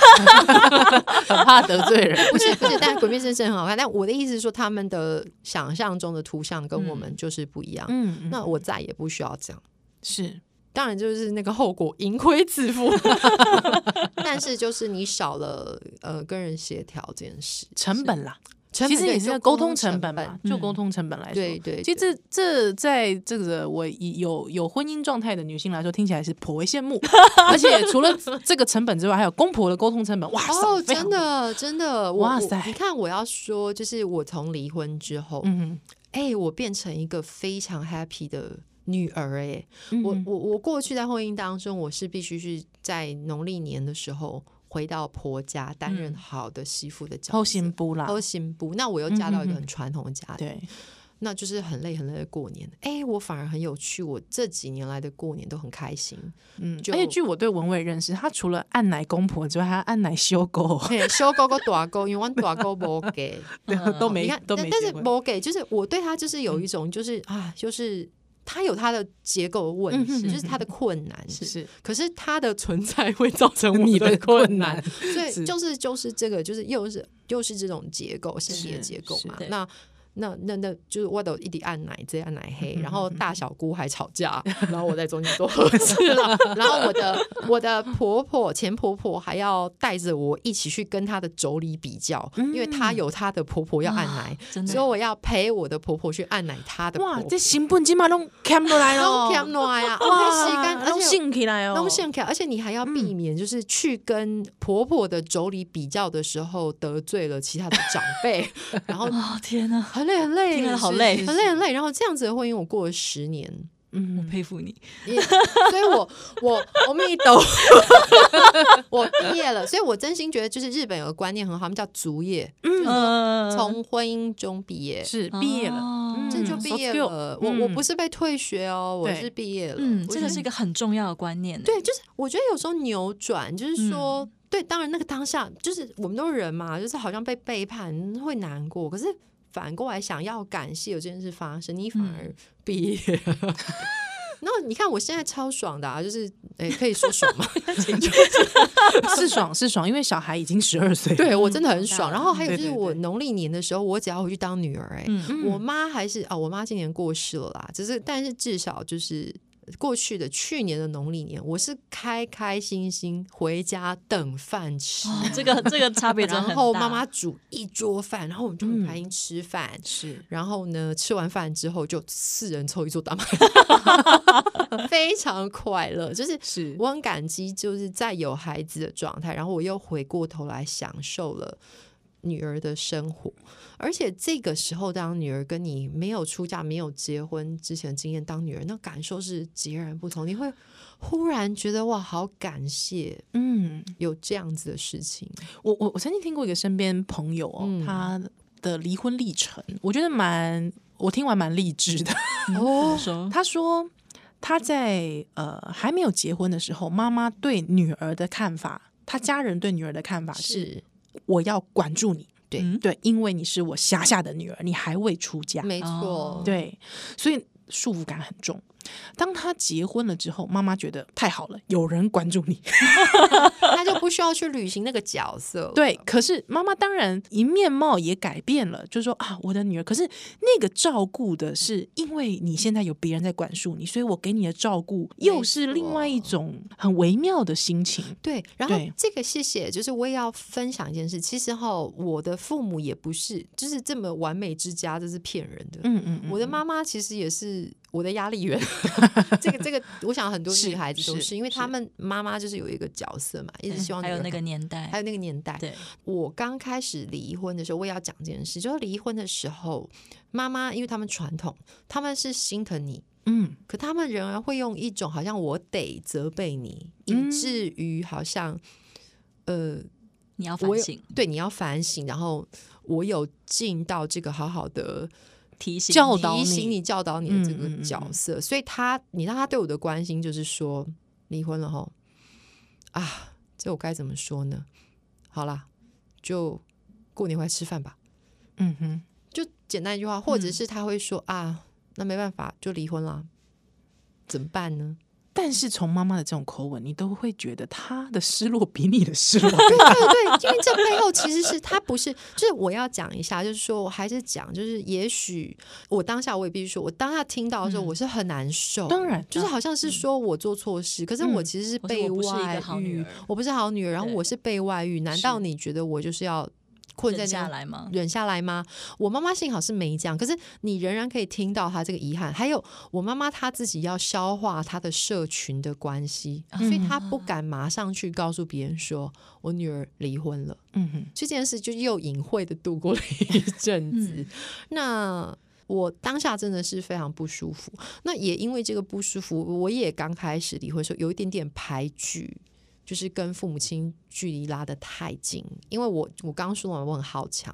[SPEAKER 1] 很怕得罪人。
[SPEAKER 5] 不是不是，但《鬼灭之刃》真的很好看。但我的意思是说，他们的想象中的图像跟我们就是不一样。
[SPEAKER 1] 嗯，
[SPEAKER 5] 那我再也不需要这样。
[SPEAKER 1] 是
[SPEAKER 5] 当然，就是那个后果盈亏自负， 但是就是你少了呃跟人协调这件事，
[SPEAKER 1] 成本啦，
[SPEAKER 5] 成
[SPEAKER 1] 其
[SPEAKER 5] 本
[SPEAKER 1] 实
[SPEAKER 5] 对
[SPEAKER 1] 也是
[SPEAKER 5] 就
[SPEAKER 1] 个
[SPEAKER 5] 沟
[SPEAKER 1] 沟通成
[SPEAKER 5] 成
[SPEAKER 1] 本嘛，就沟通成本嗯来说。
[SPEAKER 5] 对对，
[SPEAKER 1] 其实
[SPEAKER 5] 对
[SPEAKER 1] 这这在这个我以有有婚姻状态的女性来说，听起来是颇为羡 慕。而且除了这个成本之外，还有公婆的沟通成本，哇，
[SPEAKER 5] 哦，
[SPEAKER 1] 非常
[SPEAKER 5] 真，的真的，我
[SPEAKER 1] 哇
[SPEAKER 5] 我
[SPEAKER 1] 塞
[SPEAKER 5] 你看我要说，就是我从离婚之后，
[SPEAKER 1] 嗯
[SPEAKER 5] 哎、我变成一个非常 happy 的女儿、哎、
[SPEAKER 1] 哼，
[SPEAKER 5] 我
[SPEAKER 1] 嗯哼
[SPEAKER 5] 我我过去在婚姻当中，我是必须是在农历年的时候回到婆家担任
[SPEAKER 1] 嗯
[SPEAKER 5] 好的媳妇的角色。
[SPEAKER 1] 偷心不啦，
[SPEAKER 5] 偷行不？那我又嫁到一个
[SPEAKER 1] 嗯哼
[SPEAKER 5] 很传统的家庭，
[SPEAKER 1] 对，
[SPEAKER 5] 那就是很累很累的过年。哎、我反而很有趣，我这几年来的过年都很开心。
[SPEAKER 1] 嗯，
[SPEAKER 5] 就
[SPEAKER 1] 而且据我对文蔚认识，他除了按奶公婆之外，还要按奶修狗，
[SPEAKER 5] 嘿，小狗狗大狗，因为我大狗不给，
[SPEAKER 1] 都
[SPEAKER 5] 嗯 你
[SPEAKER 1] 没
[SPEAKER 5] 看，
[SPEAKER 1] 都
[SPEAKER 5] 但
[SPEAKER 1] 没
[SPEAKER 5] 但
[SPEAKER 1] 结
[SPEAKER 5] 是
[SPEAKER 1] 婚。嗯
[SPEAKER 5] 不给，就是我对他就是有一种就是、啊，就是他有他的结构的问题，
[SPEAKER 1] 嗯哼
[SPEAKER 5] 就是他的困难
[SPEAKER 1] 是
[SPEAKER 5] 可是它的存在会造成
[SPEAKER 1] 你
[SPEAKER 5] 我
[SPEAKER 1] 的
[SPEAKER 5] 困
[SPEAKER 1] 困难，
[SPEAKER 5] 所以
[SPEAKER 1] 是
[SPEAKER 5] 就是就是这个，就是又是又是这种结构，性别结构嘛
[SPEAKER 1] 是
[SPEAKER 3] 对。
[SPEAKER 5] 那那那那就是我都一滴按奶，这按奶黑，然后大小姑还吵架，然后我在中间做和事了，然后我的我的婆婆前婆婆还要带着我一起去跟她的妯娌比较，因为她有她的婆婆要按奶，
[SPEAKER 3] 真
[SPEAKER 5] 所以
[SPEAKER 3] 的
[SPEAKER 5] 我要陪我的婆婆去按奶她的婆
[SPEAKER 1] 哇，
[SPEAKER 5] 婆。
[SPEAKER 1] 这成本今嘛拢 cam 落来
[SPEAKER 5] 都
[SPEAKER 1] 咯，
[SPEAKER 5] 欠我呀，我时间
[SPEAKER 1] 哇，
[SPEAKER 5] 而
[SPEAKER 1] 拢
[SPEAKER 5] 且
[SPEAKER 1] 兴起来哦，
[SPEAKER 5] 弄线条，而且你还要避免，就是去跟婆婆的妯娌比较的时候得罪了其他的长 辈，然后
[SPEAKER 3] 哦天哪，
[SPEAKER 5] 很累很累，
[SPEAKER 3] 听了好
[SPEAKER 5] 是
[SPEAKER 3] 累
[SPEAKER 5] 很累很累。然后这样子的婚姻，我过了十年，
[SPEAKER 3] 我
[SPEAKER 1] 嗯，
[SPEAKER 3] 佩服你，
[SPEAKER 5] 也所以我我我密斗， 我毕业了，所以我真心觉得，就是日本有个观念很好，他们叫卒业，
[SPEAKER 3] 嗯，
[SPEAKER 5] 从婚姻中毕业。
[SPEAKER 1] 是毕业了，
[SPEAKER 3] 哦
[SPEAKER 1] 嗯
[SPEAKER 5] 这就毕业
[SPEAKER 1] soft skill
[SPEAKER 5] 了，我我不是被退学哦，我
[SPEAKER 1] 对
[SPEAKER 5] 是毕业了。
[SPEAKER 3] 嗯，
[SPEAKER 5] 我
[SPEAKER 3] 这个
[SPEAKER 5] 觉得
[SPEAKER 3] 是一个很重要的观念呢，
[SPEAKER 5] 对，就是我觉得有时候扭转，就是说，对，当然那个当下，就是我们都是人嘛，就是好像被背叛会难过，可是反过来想要感谢有这件事发生，你反而毕业。 然后你看我现在超爽的啊，就是诶，可以说爽吗？
[SPEAKER 1] 是爽是爽，因为小孩已经十二岁，，
[SPEAKER 5] 对我真的很
[SPEAKER 3] 嗯
[SPEAKER 5] 爽。然后还有
[SPEAKER 1] 对
[SPEAKER 5] 就是
[SPEAKER 1] 对
[SPEAKER 5] 我
[SPEAKER 1] 对
[SPEAKER 5] 农历年的时候，我只要回去当女儿、欸，哎、
[SPEAKER 3] 嗯，
[SPEAKER 5] 我妈还是啊、我妈今年过世了啦，只是但是至少就是过去的去年的农历年，我是开开心心回家等饭吃。
[SPEAKER 3] 哦这 个这个差别真的很
[SPEAKER 5] 然
[SPEAKER 3] 大。
[SPEAKER 5] 后妈妈煮一桌饭，然后我们就很
[SPEAKER 1] 嗯
[SPEAKER 5] 开心吃饭。
[SPEAKER 1] 是
[SPEAKER 5] 然后呢，吃完饭之后就四人凑一桌 打麻将，非常快乐。就是
[SPEAKER 1] 是，
[SPEAKER 5] 我很感激，就是在有孩子的状态，然后我又回过头来享受了女儿的生活。而且这个时候，当女儿跟你没有出嫁、没有结婚之前的经验，当女儿那感受是截然不同。你会忽然觉得哇，好感谢
[SPEAKER 1] 嗯，
[SPEAKER 5] 有这样子的事情。
[SPEAKER 1] 我我我曾经听过一个身边朋友哦，
[SPEAKER 5] 嗯
[SPEAKER 1] 他的离婚历程，我觉得蛮，我听完蛮励志的。
[SPEAKER 5] 哦，
[SPEAKER 3] 说，
[SPEAKER 1] 他说他在呃还没有结婚的时候，妈妈对女儿的看法，他家人对女儿的看法是
[SPEAKER 5] 是
[SPEAKER 1] 我要管住你，
[SPEAKER 5] 对
[SPEAKER 3] 嗯
[SPEAKER 1] 对，因为你是我辖下的女儿，你还未出嫁，
[SPEAKER 5] 没错
[SPEAKER 3] 哦，
[SPEAKER 1] 对，所以束缚感很重。当他结婚了之后，妈妈觉得太好了，有人管住你。
[SPEAKER 5] 他就不需要去履行那个角色。，
[SPEAKER 1] 对，可是妈妈当然一面貌也改变了，就说啊，我的女儿，可是那个照顾的是因为你现在有别人在管束你，所以我给你的照顾又是另外一种很微妙的心情。
[SPEAKER 5] 对，然后
[SPEAKER 1] 对
[SPEAKER 5] 这个谢谢，就是我也要分享一件事。其实哈，我的父母也不是就是这么完美之家，这是骗人的。
[SPEAKER 1] 嗯嗯，嗯
[SPEAKER 5] 我的妈妈其实也是我的压力源，这个这个，我想很多
[SPEAKER 1] 是
[SPEAKER 5] 女孩子都
[SPEAKER 1] 是
[SPEAKER 5] 是，因为
[SPEAKER 1] 是
[SPEAKER 5] 她们妈妈就是有一个角色嘛，一直希望
[SPEAKER 3] 嗯还
[SPEAKER 5] 女
[SPEAKER 3] 有
[SPEAKER 5] 儿
[SPEAKER 3] 那个
[SPEAKER 5] 好
[SPEAKER 3] 年代，
[SPEAKER 5] 还有那个年代，
[SPEAKER 3] 对，
[SPEAKER 5] 我刚开始离婚的时候，我也要讲这件事，就是离婚的时候，妈妈因为他们传统，他们是心疼你，
[SPEAKER 1] 嗯
[SPEAKER 5] 可他们仍然会用一种好像我得责备你，
[SPEAKER 1] 嗯
[SPEAKER 5] 以至于好像呃，
[SPEAKER 3] 你要
[SPEAKER 5] 我
[SPEAKER 3] 反
[SPEAKER 5] 有
[SPEAKER 3] 省
[SPEAKER 5] 对你要反省，然后我有尽到这个好好的
[SPEAKER 3] 提醒
[SPEAKER 1] 教
[SPEAKER 3] 你
[SPEAKER 1] 导
[SPEAKER 5] 提
[SPEAKER 1] 你
[SPEAKER 5] 醒你、教导你的
[SPEAKER 1] 嗯
[SPEAKER 5] 这
[SPEAKER 1] 嗯嗯
[SPEAKER 5] 个
[SPEAKER 1] 嗯
[SPEAKER 5] 角色，所以他，你知道他对我的关心就是说，离婚了吼，啊，这我该怎么说呢？好啦，就过年回来吃饭吧，
[SPEAKER 1] 嗯哼，
[SPEAKER 5] 就简单一句话，或者是他会说、啊，那没办法，就离婚啦，怎么办呢？
[SPEAKER 1] 但是从妈妈的这种口吻，你都会觉得她的失落比你的失落
[SPEAKER 5] 对对对，因为这背后其实是他不是，就是我要讲一下，就是说我还是讲，就是也许我当下我也必须说，我当下听到的时候，
[SPEAKER 3] 嗯
[SPEAKER 5] 我是很难受，
[SPEAKER 1] 当然
[SPEAKER 5] 就是好像是说我做错事，可是我
[SPEAKER 1] 嗯
[SPEAKER 5] 其实是
[SPEAKER 3] 或是
[SPEAKER 5] 被
[SPEAKER 3] 嗯我不是一个
[SPEAKER 5] 外
[SPEAKER 3] 好女
[SPEAKER 5] 遇
[SPEAKER 3] 儿，
[SPEAKER 5] 我不是好女儿，然后
[SPEAKER 3] 对
[SPEAKER 5] 我是被外遇，难
[SPEAKER 3] 是
[SPEAKER 5] 道你觉得我就是要困在
[SPEAKER 3] 忍下
[SPEAKER 5] 那？
[SPEAKER 3] 来吗？
[SPEAKER 5] 忍下来吗？我妈妈幸好是没这样，可是你仍然可以听到她这个遗憾。还有我妈妈她自己要消化她的社群的关系，所
[SPEAKER 3] 嗯
[SPEAKER 5] 以她不敢马上去告诉别人说我女儿离婚了。
[SPEAKER 1] 嗯哼，
[SPEAKER 5] 这件事就又隐晦的度过了一阵子。
[SPEAKER 3] 嗯
[SPEAKER 5] 那我当下真的是非常不舒服。那也因为这个不舒服，我也刚开始离婚的时候有一点点排拒。就是跟父母亲距离拉得太近，因为我我刚刚说了嘛我很好强，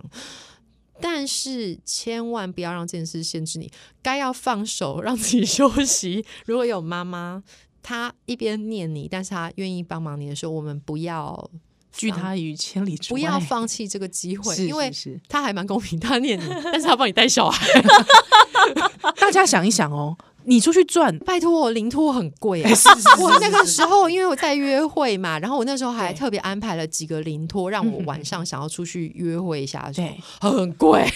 [SPEAKER 5] 但是千万不要让这件事限制你，该要放手让自己休息。如果有妈妈，她一边念你，但是她愿意帮忙你的时候，我们不要
[SPEAKER 1] 拒
[SPEAKER 5] 放
[SPEAKER 1] 她于千里之
[SPEAKER 5] 不
[SPEAKER 1] 外，
[SPEAKER 5] 要放弃这个机会，
[SPEAKER 1] 是
[SPEAKER 5] 因为
[SPEAKER 1] 是是
[SPEAKER 5] 他还蛮公平，他念你，但是他帮你带小孩。
[SPEAKER 1] 大家想一想哦，你出去 赚，
[SPEAKER 5] 拜托我，零托很贵、啊。我那个时候因为我在约会嘛，然后我那时候还
[SPEAKER 1] 对
[SPEAKER 5] 特别安排了几个零托，让我
[SPEAKER 1] 嗯嗯嗯
[SPEAKER 5] 晚上想要出去约会一下的时候，
[SPEAKER 1] 对，
[SPEAKER 5] 很贵。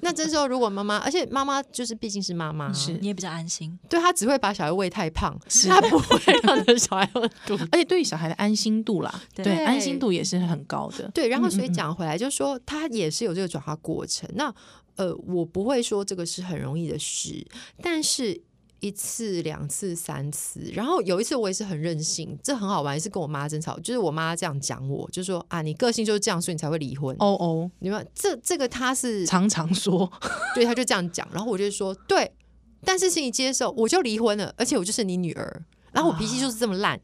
[SPEAKER 5] 那这时候如果妈妈，而且妈妈就是毕竟是妈妈，
[SPEAKER 1] 是
[SPEAKER 3] 你也比较安心，
[SPEAKER 5] 对她只会把小孩喂太胖，她不会让你的小孩饿肚子。
[SPEAKER 1] 而且对于小孩的安心度啦，
[SPEAKER 3] 对
[SPEAKER 1] 对，安心度也是很高的。
[SPEAKER 5] 对，然后
[SPEAKER 1] 嗯
[SPEAKER 5] 所以
[SPEAKER 1] 嗯嗯
[SPEAKER 5] 讲回来，就是说他也是有这个转化过程。那呃，我不会说这个是很容易的事，但是一次、两次、三次，然后有一次我也是很任性，这很好玩，也是跟我妈争吵，就是我妈这样讲我，就说啊，你个性就是这样，所以你才会离婚。
[SPEAKER 1] 哦哦，
[SPEAKER 5] 你们这这个他是
[SPEAKER 1] 常常说，
[SPEAKER 5] 对，他就这样讲，然后我就说对，但是请你接受，我就离婚了，而且我就是你女儿，然后我脾气就是这么烂，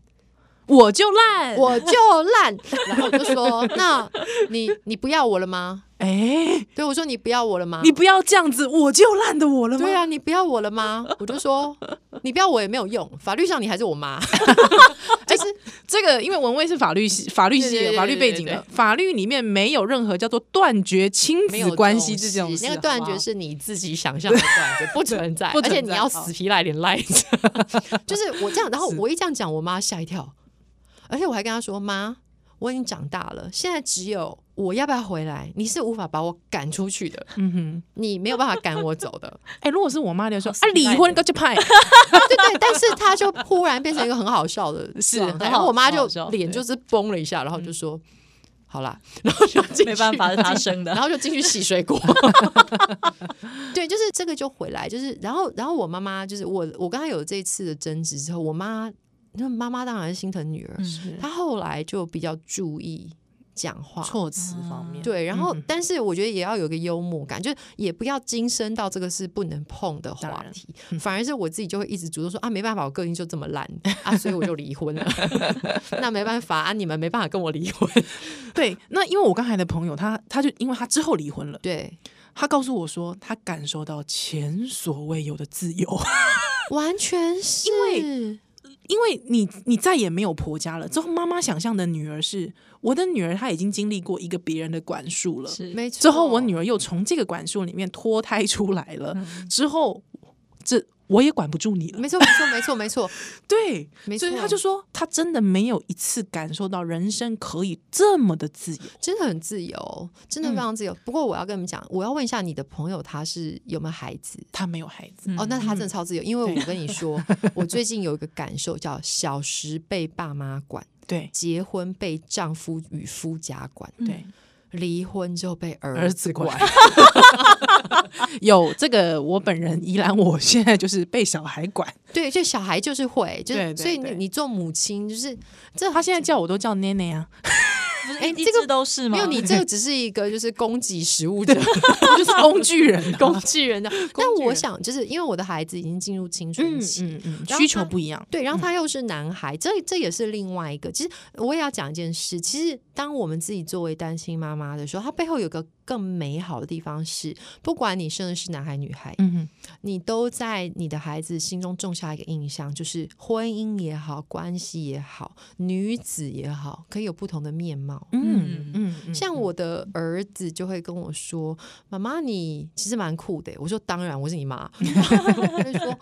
[SPEAKER 1] 我就烂，
[SPEAKER 5] 我就烂，然后我就说，那你你不要我了吗？
[SPEAKER 1] 哎，
[SPEAKER 5] 对，我说你不要我了吗？
[SPEAKER 1] 你不要这样子，我就烂的我了吗？
[SPEAKER 5] 对啊，你不要我了吗？我就说你不要我也没有用，法律上你还是我 妈。就是
[SPEAKER 1] 这个因为文蔚是法律系、法律系
[SPEAKER 5] 对对
[SPEAKER 1] 的、
[SPEAKER 5] 对
[SPEAKER 1] 法律背景
[SPEAKER 5] 对对
[SPEAKER 1] 的，法律里面没有任何叫做断绝亲
[SPEAKER 5] 没有
[SPEAKER 1] 子关系
[SPEAKER 5] 这
[SPEAKER 1] 这
[SPEAKER 5] 种
[SPEAKER 1] 种事，
[SPEAKER 5] 事
[SPEAKER 1] 啊
[SPEAKER 5] 那个
[SPEAKER 1] 好
[SPEAKER 5] 断
[SPEAKER 1] 不好
[SPEAKER 5] 绝是你自己想象的断绝，不存在，
[SPEAKER 1] 不
[SPEAKER 5] 而且
[SPEAKER 1] 存
[SPEAKER 5] 你
[SPEAKER 1] 在
[SPEAKER 5] 要
[SPEAKER 1] 好
[SPEAKER 5] 死皮赖脸赖着。 就是我这样，然后我一这样讲，我妈吓一跳，而且我还跟她说：“妈，我已经长大了，现在只有我要不要回来，你是无法把我赶出去的，
[SPEAKER 1] 嗯哼，
[SPEAKER 5] 你没有办法赶我走的。”
[SPEAKER 1] 哎，如果是我妈就说
[SPEAKER 3] 好
[SPEAKER 1] 啊，离
[SPEAKER 3] 死赖
[SPEAKER 1] 婚
[SPEAKER 3] 的
[SPEAKER 1] 个就 派，
[SPEAKER 5] 对对，但是他就忽然变成一个很好笑的
[SPEAKER 1] 是
[SPEAKER 3] 啊
[SPEAKER 5] 状态，
[SPEAKER 1] 很
[SPEAKER 5] 然后
[SPEAKER 1] 好
[SPEAKER 5] 我妈
[SPEAKER 1] 很
[SPEAKER 5] 就
[SPEAKER 1] 好笑
[SPEAKER 5] 脸
[SPEAKER 1] 对
[SPEAKER 5] 就是崩了一下，然后就说：“好啦。” 然后就进去
[SPEAKER 3] 嗯没办法，是他生的
[SPEAKER 5] 然。后就进去洗水果。 对，就是这个就回来，就是然后然后我妈妈就是我我跟她有这次的争执之后，我妈那妈妈当然心疼女儿，
[SPEAKER 3] 嗯，
[SPEAKER 5] 她后来就比较注意讲话。
[SPEAKER 1] 措辞方面，
[SPEAKER 5] 对，然后
[SPEAKER 1] 嗯嗯
[SPEAKER 5] 但是我觉得也要有一个幽默感，就是也不要精深到这个是不能碰的
[SPEAKER 1] 当
[SPEAKER 5] 话
[SPEAKER 1] 然嗯
[SPEAKER 5] 题，反而是我自己就会一直主动说啊，没办法，我个性就这么烂啊，所以我就离婚了。 那没办法啊，你们没办法跟我离 婚。
[SPEAKER 1] 对。那因为我刚才的朋友，他他就因为他之后离婚了，
[SPEAKER 5] 对，
[SPEAKER 1] 他告诉我说，他感受到前所未有的自由。
[SPEAKER 5] 完全是
[SPEAKER 1] 因因为你你再也没有婆家了。之后妈妈想象的女儿是我的女儿，她已经经历过一个别人的管束了，
[SPEAKER 3] 是
[SPEAKER 5] 没错。
[SPEAKER 1] 之后我女儿又从这个管束里面脱胎出来了，之后这我也管不住你了。
[SPEAKER 5] 嗯没错，没错，没错，没错，
[SPEAKER 1] 对，
[SPEAKER 5] 没
[SPEAKER 1] 所
[SPEAKER 5] 错。
[SPEAKER 1] 以他就说，他真的没有一次感受到人生可以这么的自由。
[SPEAKER 5] 真的很自由，真
[SPEAKER 1] 嗯
[SPEAKER 5] 的非常自由。不过我要跟你们讲，我要问一下你的朋友他是有没有孩子？
[SPEAKER 1] 他没有孩子，
[SPEAKER 5] 哦，那他
[SPEAKER 1] 嗯
[SPEAKER 5] 真的超自由，因为
[SPEAKER 1] 对
[SPEAKER 5] 我跟你 说，我最近有一个感受叫小时被爸妈管，
[SPEAKER 1] 对
[SPEAKER 5] 结婚被丈夫与夫家管，
[SPEAKER 1] 对，
[SPEAKER 5] 离婚就被
[SPEAKER 1] 嗯儿
[SPEAKER 5] 儿
[SPEAKER 1] 子
[SPEAKER 5] 管
[SPEAKER 1] 管。 有这个，我本人依然，我现在就是被小孩管。
[SPEAKER 5] 对，就小孩就是会，就是
[SPEAKER 1] 对对
[SPEAKER 5] 所以
[SPEAKER 1] 对
[SPEAKER 5] 你你做母亲就是这
[SPEAKER 1] 他现在叫我都叫奶奶啊，
[SPEAKER 3] 不是
[SPEAKER 5] 哎
[SPEAKER 3] 一一
[SPEAKER 5] 这个
[SPEAKER 3] 直都是吗？
[SPEAKER 5] 没有你这个只是一个就是供给食 物者
[SPEAKER 1] 我就是工具人啊，
[SPEAKER 5] 工具人的。但
[SPEAKER 1] 具
[SPEAKER 5] 我
[SPEAKER 1] 人
[SPEAKER 5] 想就是因为我的孩子已经进入青春
[SPEAKER 1] 嗯
[SPEAKER 5] 期，
[SPEAKER 1] 嗯嗯，
[SPEAKER 5] 然后
[SPEAKER 1] 需求
[SPEAKER 5] 他
[SPEAKER 1] 不一样。
[SPEAKER 5] 对，然后他又是男孩，这这也是另外一个。其实我也要讲一件事，其实当我们自己作为单亲妈妈的时候，它背后有个更美好的地方是，不管你生的是男孩女孩，
[SPEAKER 1] 嗯哼，
[SPEAKER 5] 你都在你的孩子心中种下一个印象，就是婚姻也好，关系也好，女子也好，可以有不同的面貌。
[SPEAKER 1] 嗯
[SPEAKER 3] 嗯
[SPEAKER 1] 嗯嗯，
[SPEAKER 5] 像我的儿子就会跟我说：“妈妈，你其实蛮酷的。”欸我说：“当然，我是你妈。”他就说：“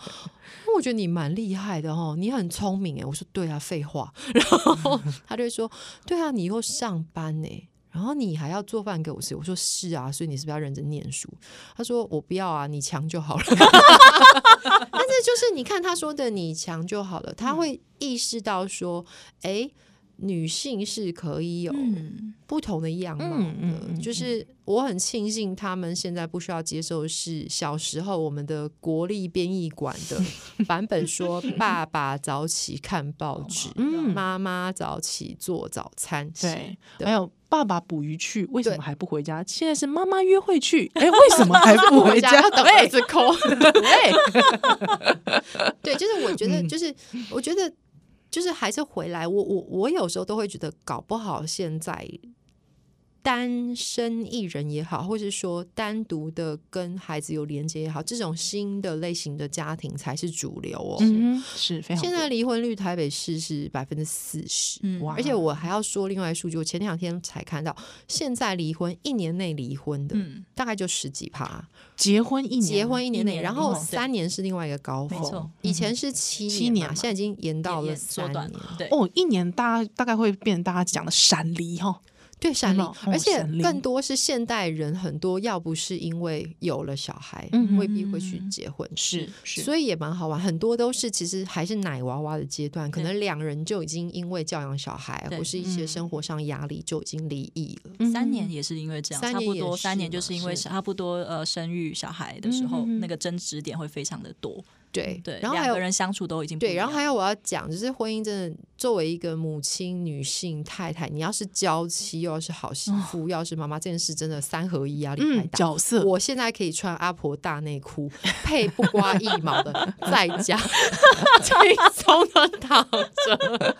[SPEAKER 5] 我觉得你蛮厉害的哦，你很聪明哎。”我说：“对啊，废话。”然后他就会说：“对啊，你以后上班呢。”然后你还要做饭给我吃，我说是啊，所以你是不是要认真念书？他说我不要啊，你强就好了。但是就是你看他说的你强就好了，
[SPEAKER 1] 嗯
[SPEAKER 5] 他会意识到说，哎，女性是可以有
[SPEAKER 3] 嗯，
[SPEAKER 5] 不同的样貌的，
[SPEAKER 1] 嗯嗯嗯
[SPEAKER 5] 就是我很庆幸他们现在不需要接受的是小时候我们的国立编译馆 的版本说，爸爸早起看报纸，
[SPEAKER 1] 嗯
[SPEAKER 5] 妈妈早起做早餐，
[SPEAKER 1] 对，
[SPEAKER 5] 的
[SPEAKER 1] 还有爸爸捕鱼去，为什么
[SPEAKER 5] 对
[SPEAKER 1] 还不回家？现在是妈妈约会去，哎，为什么还不回
[SPEAKER 5] 回
[SPEAKER 1] 家？
[SPEAKER 5] 要等儿
[SPEAKER 1] 对
[SPEAKER 5] 子 抠，
[SPEAKER 1] 对，
[SPEAKER 5] 对，就是我觉得，
[SPEAKER 1] 嗯
[SPEAKER 5] 就是我觉得，就是还是回来，我我我有时候都会觉得，搞不好现在单身一人也好，或是说单独的跟孩子有连接也好，这种新的类型的家庭才是主流哦。
[SPEAKER 1] 嗯哼，是非常
[SPEAKER 5] 现在
[SPEAKER 1] 多
[SPEAKER 5] 离婚率台北市是百分之四十，
[SPEAKER 3] 嗯
[SPEAKER 1] 哇
[SPEAKER 5] 而且我还要说另外一个数据，我前两天才看到，现在离婚一年内离婚的、
[SPEAKER 3] 嗯，
[SPEAKER 5] 大概就十几趴，
[SPEAKER 1] 结婚一年，
[SPEAKER 5] 结婚一年
[SPEAKER 3] 一
[SPEAKER 5] 内，
[SPEAKER 3] 年
[SPEAKER 5] 然后
[SPEAKER 3] 内
[SPEAKER 5] 三年是另外一个高峰，
[SPEAKER 3] 没错嗯
[SPEAKER 5] 以前是七
[SPEAKER 1] 七
[SPEAKER 5] 年
[SPEAKER 1] 年
[SPEAKER 5] 嘛，
[SPEAKER 1] 嘛
[SPEAKER 5] 现在已经延到
[SPEAKER 3] 也
[SPEAKER 5] 了
[SPEAKER 3] 也缩
[SPEAKER 5] 三
[SPEAKER 3] 短
[SPEAKER 5] 年。
[SPEAKER 3] 了，对，
[SPEAKER 1] 哦，一年大家大概会变成大家讲的闪离哈，
[SPEAKER 5] 对，闪
[SPEAKER 1] 真
[SPEAKER 5] 灵
[SPEAKER 1] 的哦，
[SPEAKER 5] 而
[SPEAKER 1] 哦
[SPEAKER 5] 且
[SPEAKER 1] 闪灵
[SPEAKER 5] 更多是现代人很多，要不是因为有了小孩，
[SPEAKER 1] 嗯哼
[SPEAKER 5] 未必会去结
[SPEAKER 3] 嗯
[SPEAKER 5] 婚，嗯
[SPEAKER 1] 是是
[SPEAKER 5] 所以也蛮好玩。很多都是其实还是奶娃娃的阶段，可
[SPEAKER 3] 对
[SPEAKER 5] 能两人就已经因为教养小孩
[SPEAKER 3] 对
[SPEAKER 5] 或是一些
[SPEAKER 1] 嗯
[SPEAKER 5] 生活上压力就已经离异了。
[SPEAKER 3] 三年也是因为这样，
[SPEAKER 5] 嗯三
[SPEAKER 3] 差
[SPEAKER 5] 年
[SPEAKER 3] 不
[SPEAKER 5] 也
[SPEAKER 3] 多
[SPEAKER 5] 是
[SPEAKER 3] 三年
[SPEAKER 5] 嘛
[SPEAKER 3] 就是因为
[SPEAKER 5] 是
[SPEAKER 3] 差不多呃生育小孩的时候，
[SPEAKER 1] 嗯嗯嗯
[SPEAKER 3] 那个争执点会非常的多。
[SPEAKER 5] 对
[SPEAKER 3] 嗯对，
[SPEAKER 5] 然后还
[SPEAKER 3] 两
[SPEAKER 5] 有
[SPEAKER 3] 个人相处都已经不
[SPEAKER 5] 对，
[SPEAKER 3] 一
[SPEAKER 5] 然后
[SPEAKER 3] 样
[SPEAKER 5] 还有我要讲，就是婚姻真的作为一个母亲、女性、太太，你要是娇妻，又要是好媳妇，又要是妈妈，这件事真的三合一压啊力太
[SPEAKER 1] 哦嗯，
[SPEAKER 5] 大。
[SPEAKER 1] 角色
[SPEAKER 5] 我现在可以穿阿婆大内裤，配不刮一 毛的，在家轻松的躺着，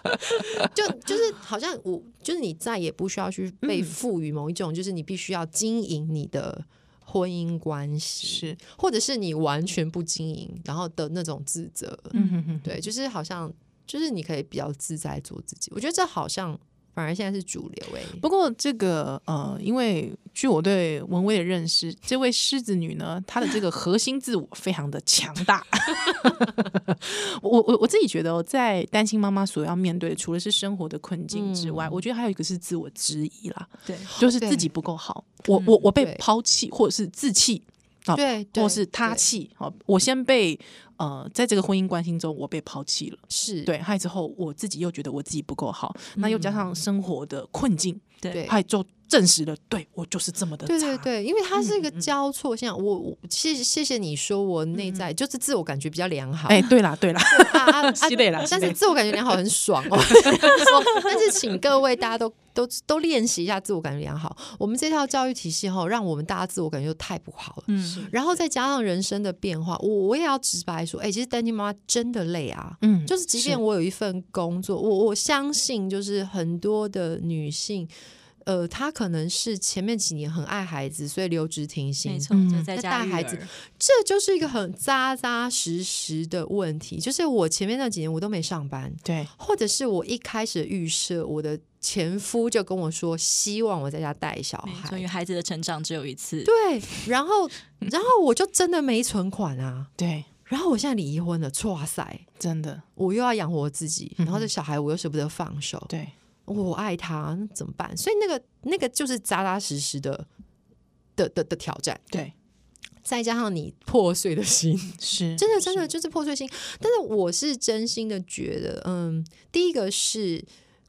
[SPEAKER 5] 就就是好像我就是你再也不需要去被
[SPEAKER 1] 嗯
[SPEAKER 5] 赋予某一种，就是你必须要经营你的婚姻关系，
[SPEAKER 1] 是，
[SPEAKER 5] 或者是你完全不经营，然后的那种自责，
[SPEAKER 1] 嗯哼哼，
[SPEAKER 5] 对，就是好像就是你可以比较自在做自己，我觉得这好像反而现在是主流哎、
[SPEAKER 1] 不过这个呃，因为据我对文威的认识，这位狮子女呢，她的这个核心自我非常的强大。 我我我自己觉得、哦，在单亲妈妈所要面对的，除了是生活的困境之外，
[SPEAKER 5] 嗯哦
[SPEAKER 1] 我觉得还有一个是自我质疑啦，
[SPEAKER 3] 对，
[SPEAKER 1] 就是自己不够好，我我我被
[SPEAKER 5] 嗯对
[SPEAKER 1] 抛弃或者是自弃。啊
[SPEAKER 5] 对，对
[SPEAKER 1] 或是他
[SPEAKER 5] 对
[SPEAKER 1] 弃哦，我先被呃，在这个婚姻关系中，我被抛弃了，
[SPEAKER 5] 是
[SPEAKER 1] 对，害之后我自己又觉得我自己不够好，
[SPEAKER 5] 嗯
[SPEAKER 1] 那又加上生活的困境，
[SPEAKER 5] 对
[SPEAKER 1] 还就证实了，对我就是这么的
[SPEAKER 5] 对
[SPEAKER 1] 差
[SPEAKER 5] 对对，因为
[SPEAKER 1] 嗯
[SPEAKER 5] 它是一个交错现象。我我谢谢谢谢你说我内在就是自我感觉比较良好。
[SPEAKER 1] 嗯哎，对啦 对啦，
[SPEAKER 5] 啊啊 啊
[SPEAKER 1] 是的啦
[SPEAKER 5] 但
[SPEAKER 1] 是的
[SPEAKER 5] 是自我感觉良好很爽 哦。 说但是请各位大家都都都练习一下自我感觉良好。我们这套教育体系哈，让我们大家自我感觉都太不好了。
[SPEAKER 3] 嗯，
[SPEAKER 5] 然后再加上人生的变化，我我也要直白说，哎、其实单亲妈妈真的累啊。
[SPEAKER 1] 嗯，
[SPEAKER 5] 就是即便我有一份工作，我我相信就是很多的女性。呃，他可能是前面几年很爱孩子，所以留职停薪
[SPEAKER 3] 没。错，
[SPEAKER 1] 嗯
[SPEAKER 3] 就在
[SPEAKER 5] 那
[SPEAKER 3] 家
[SPEAKER 5] 带
[SPEAKER 3] 育
[SPEAKER 5] 孩
[SPEAKER 3] 儿
[SPEAKER 5] 子这就是一个很扎扎实实的问题，就是我前面那几年我都没上班，
[SPEAKER 1] 对，
[SPEAKER 5] 或者是我一开始的预设，我的前夫就跟我说，希望我在家带小
[SPEAKER 3] 没错，因
[SPEAKER 5] 孩
[SPEAKER 3] 为。孩子的成长只有一次，
[SPEAKER 5] 对，然后，然后我就真的没存款啊。
[SPEAKER 1] 对，
[SPEAKER 5] 然后我现在离婚了，哇塞，
[SPEAKER 1] 真的，
[SPEAKER 5] 我又要养活自己，
[SPEAKER 1] 嗯哼
[SPEAKER 5] 然后这小孩我又舍不得放手，
[SPEAKER 1] 对，
[SPEAKER 5] 我爱他，那怎么办？所以那个那个就是扎扎实实的的的的挑战，
[SPEAKER 1] 对，
[SPEAKER 5] 再加上你破碎的 心，
[SPEAKER 1] 是，
[SPEAKER 5] 真的真的
[SPEAKER 1] 是，
[SPEAKER 5] 就是破碎心。但是我是真心的觉得，嗯，第一个是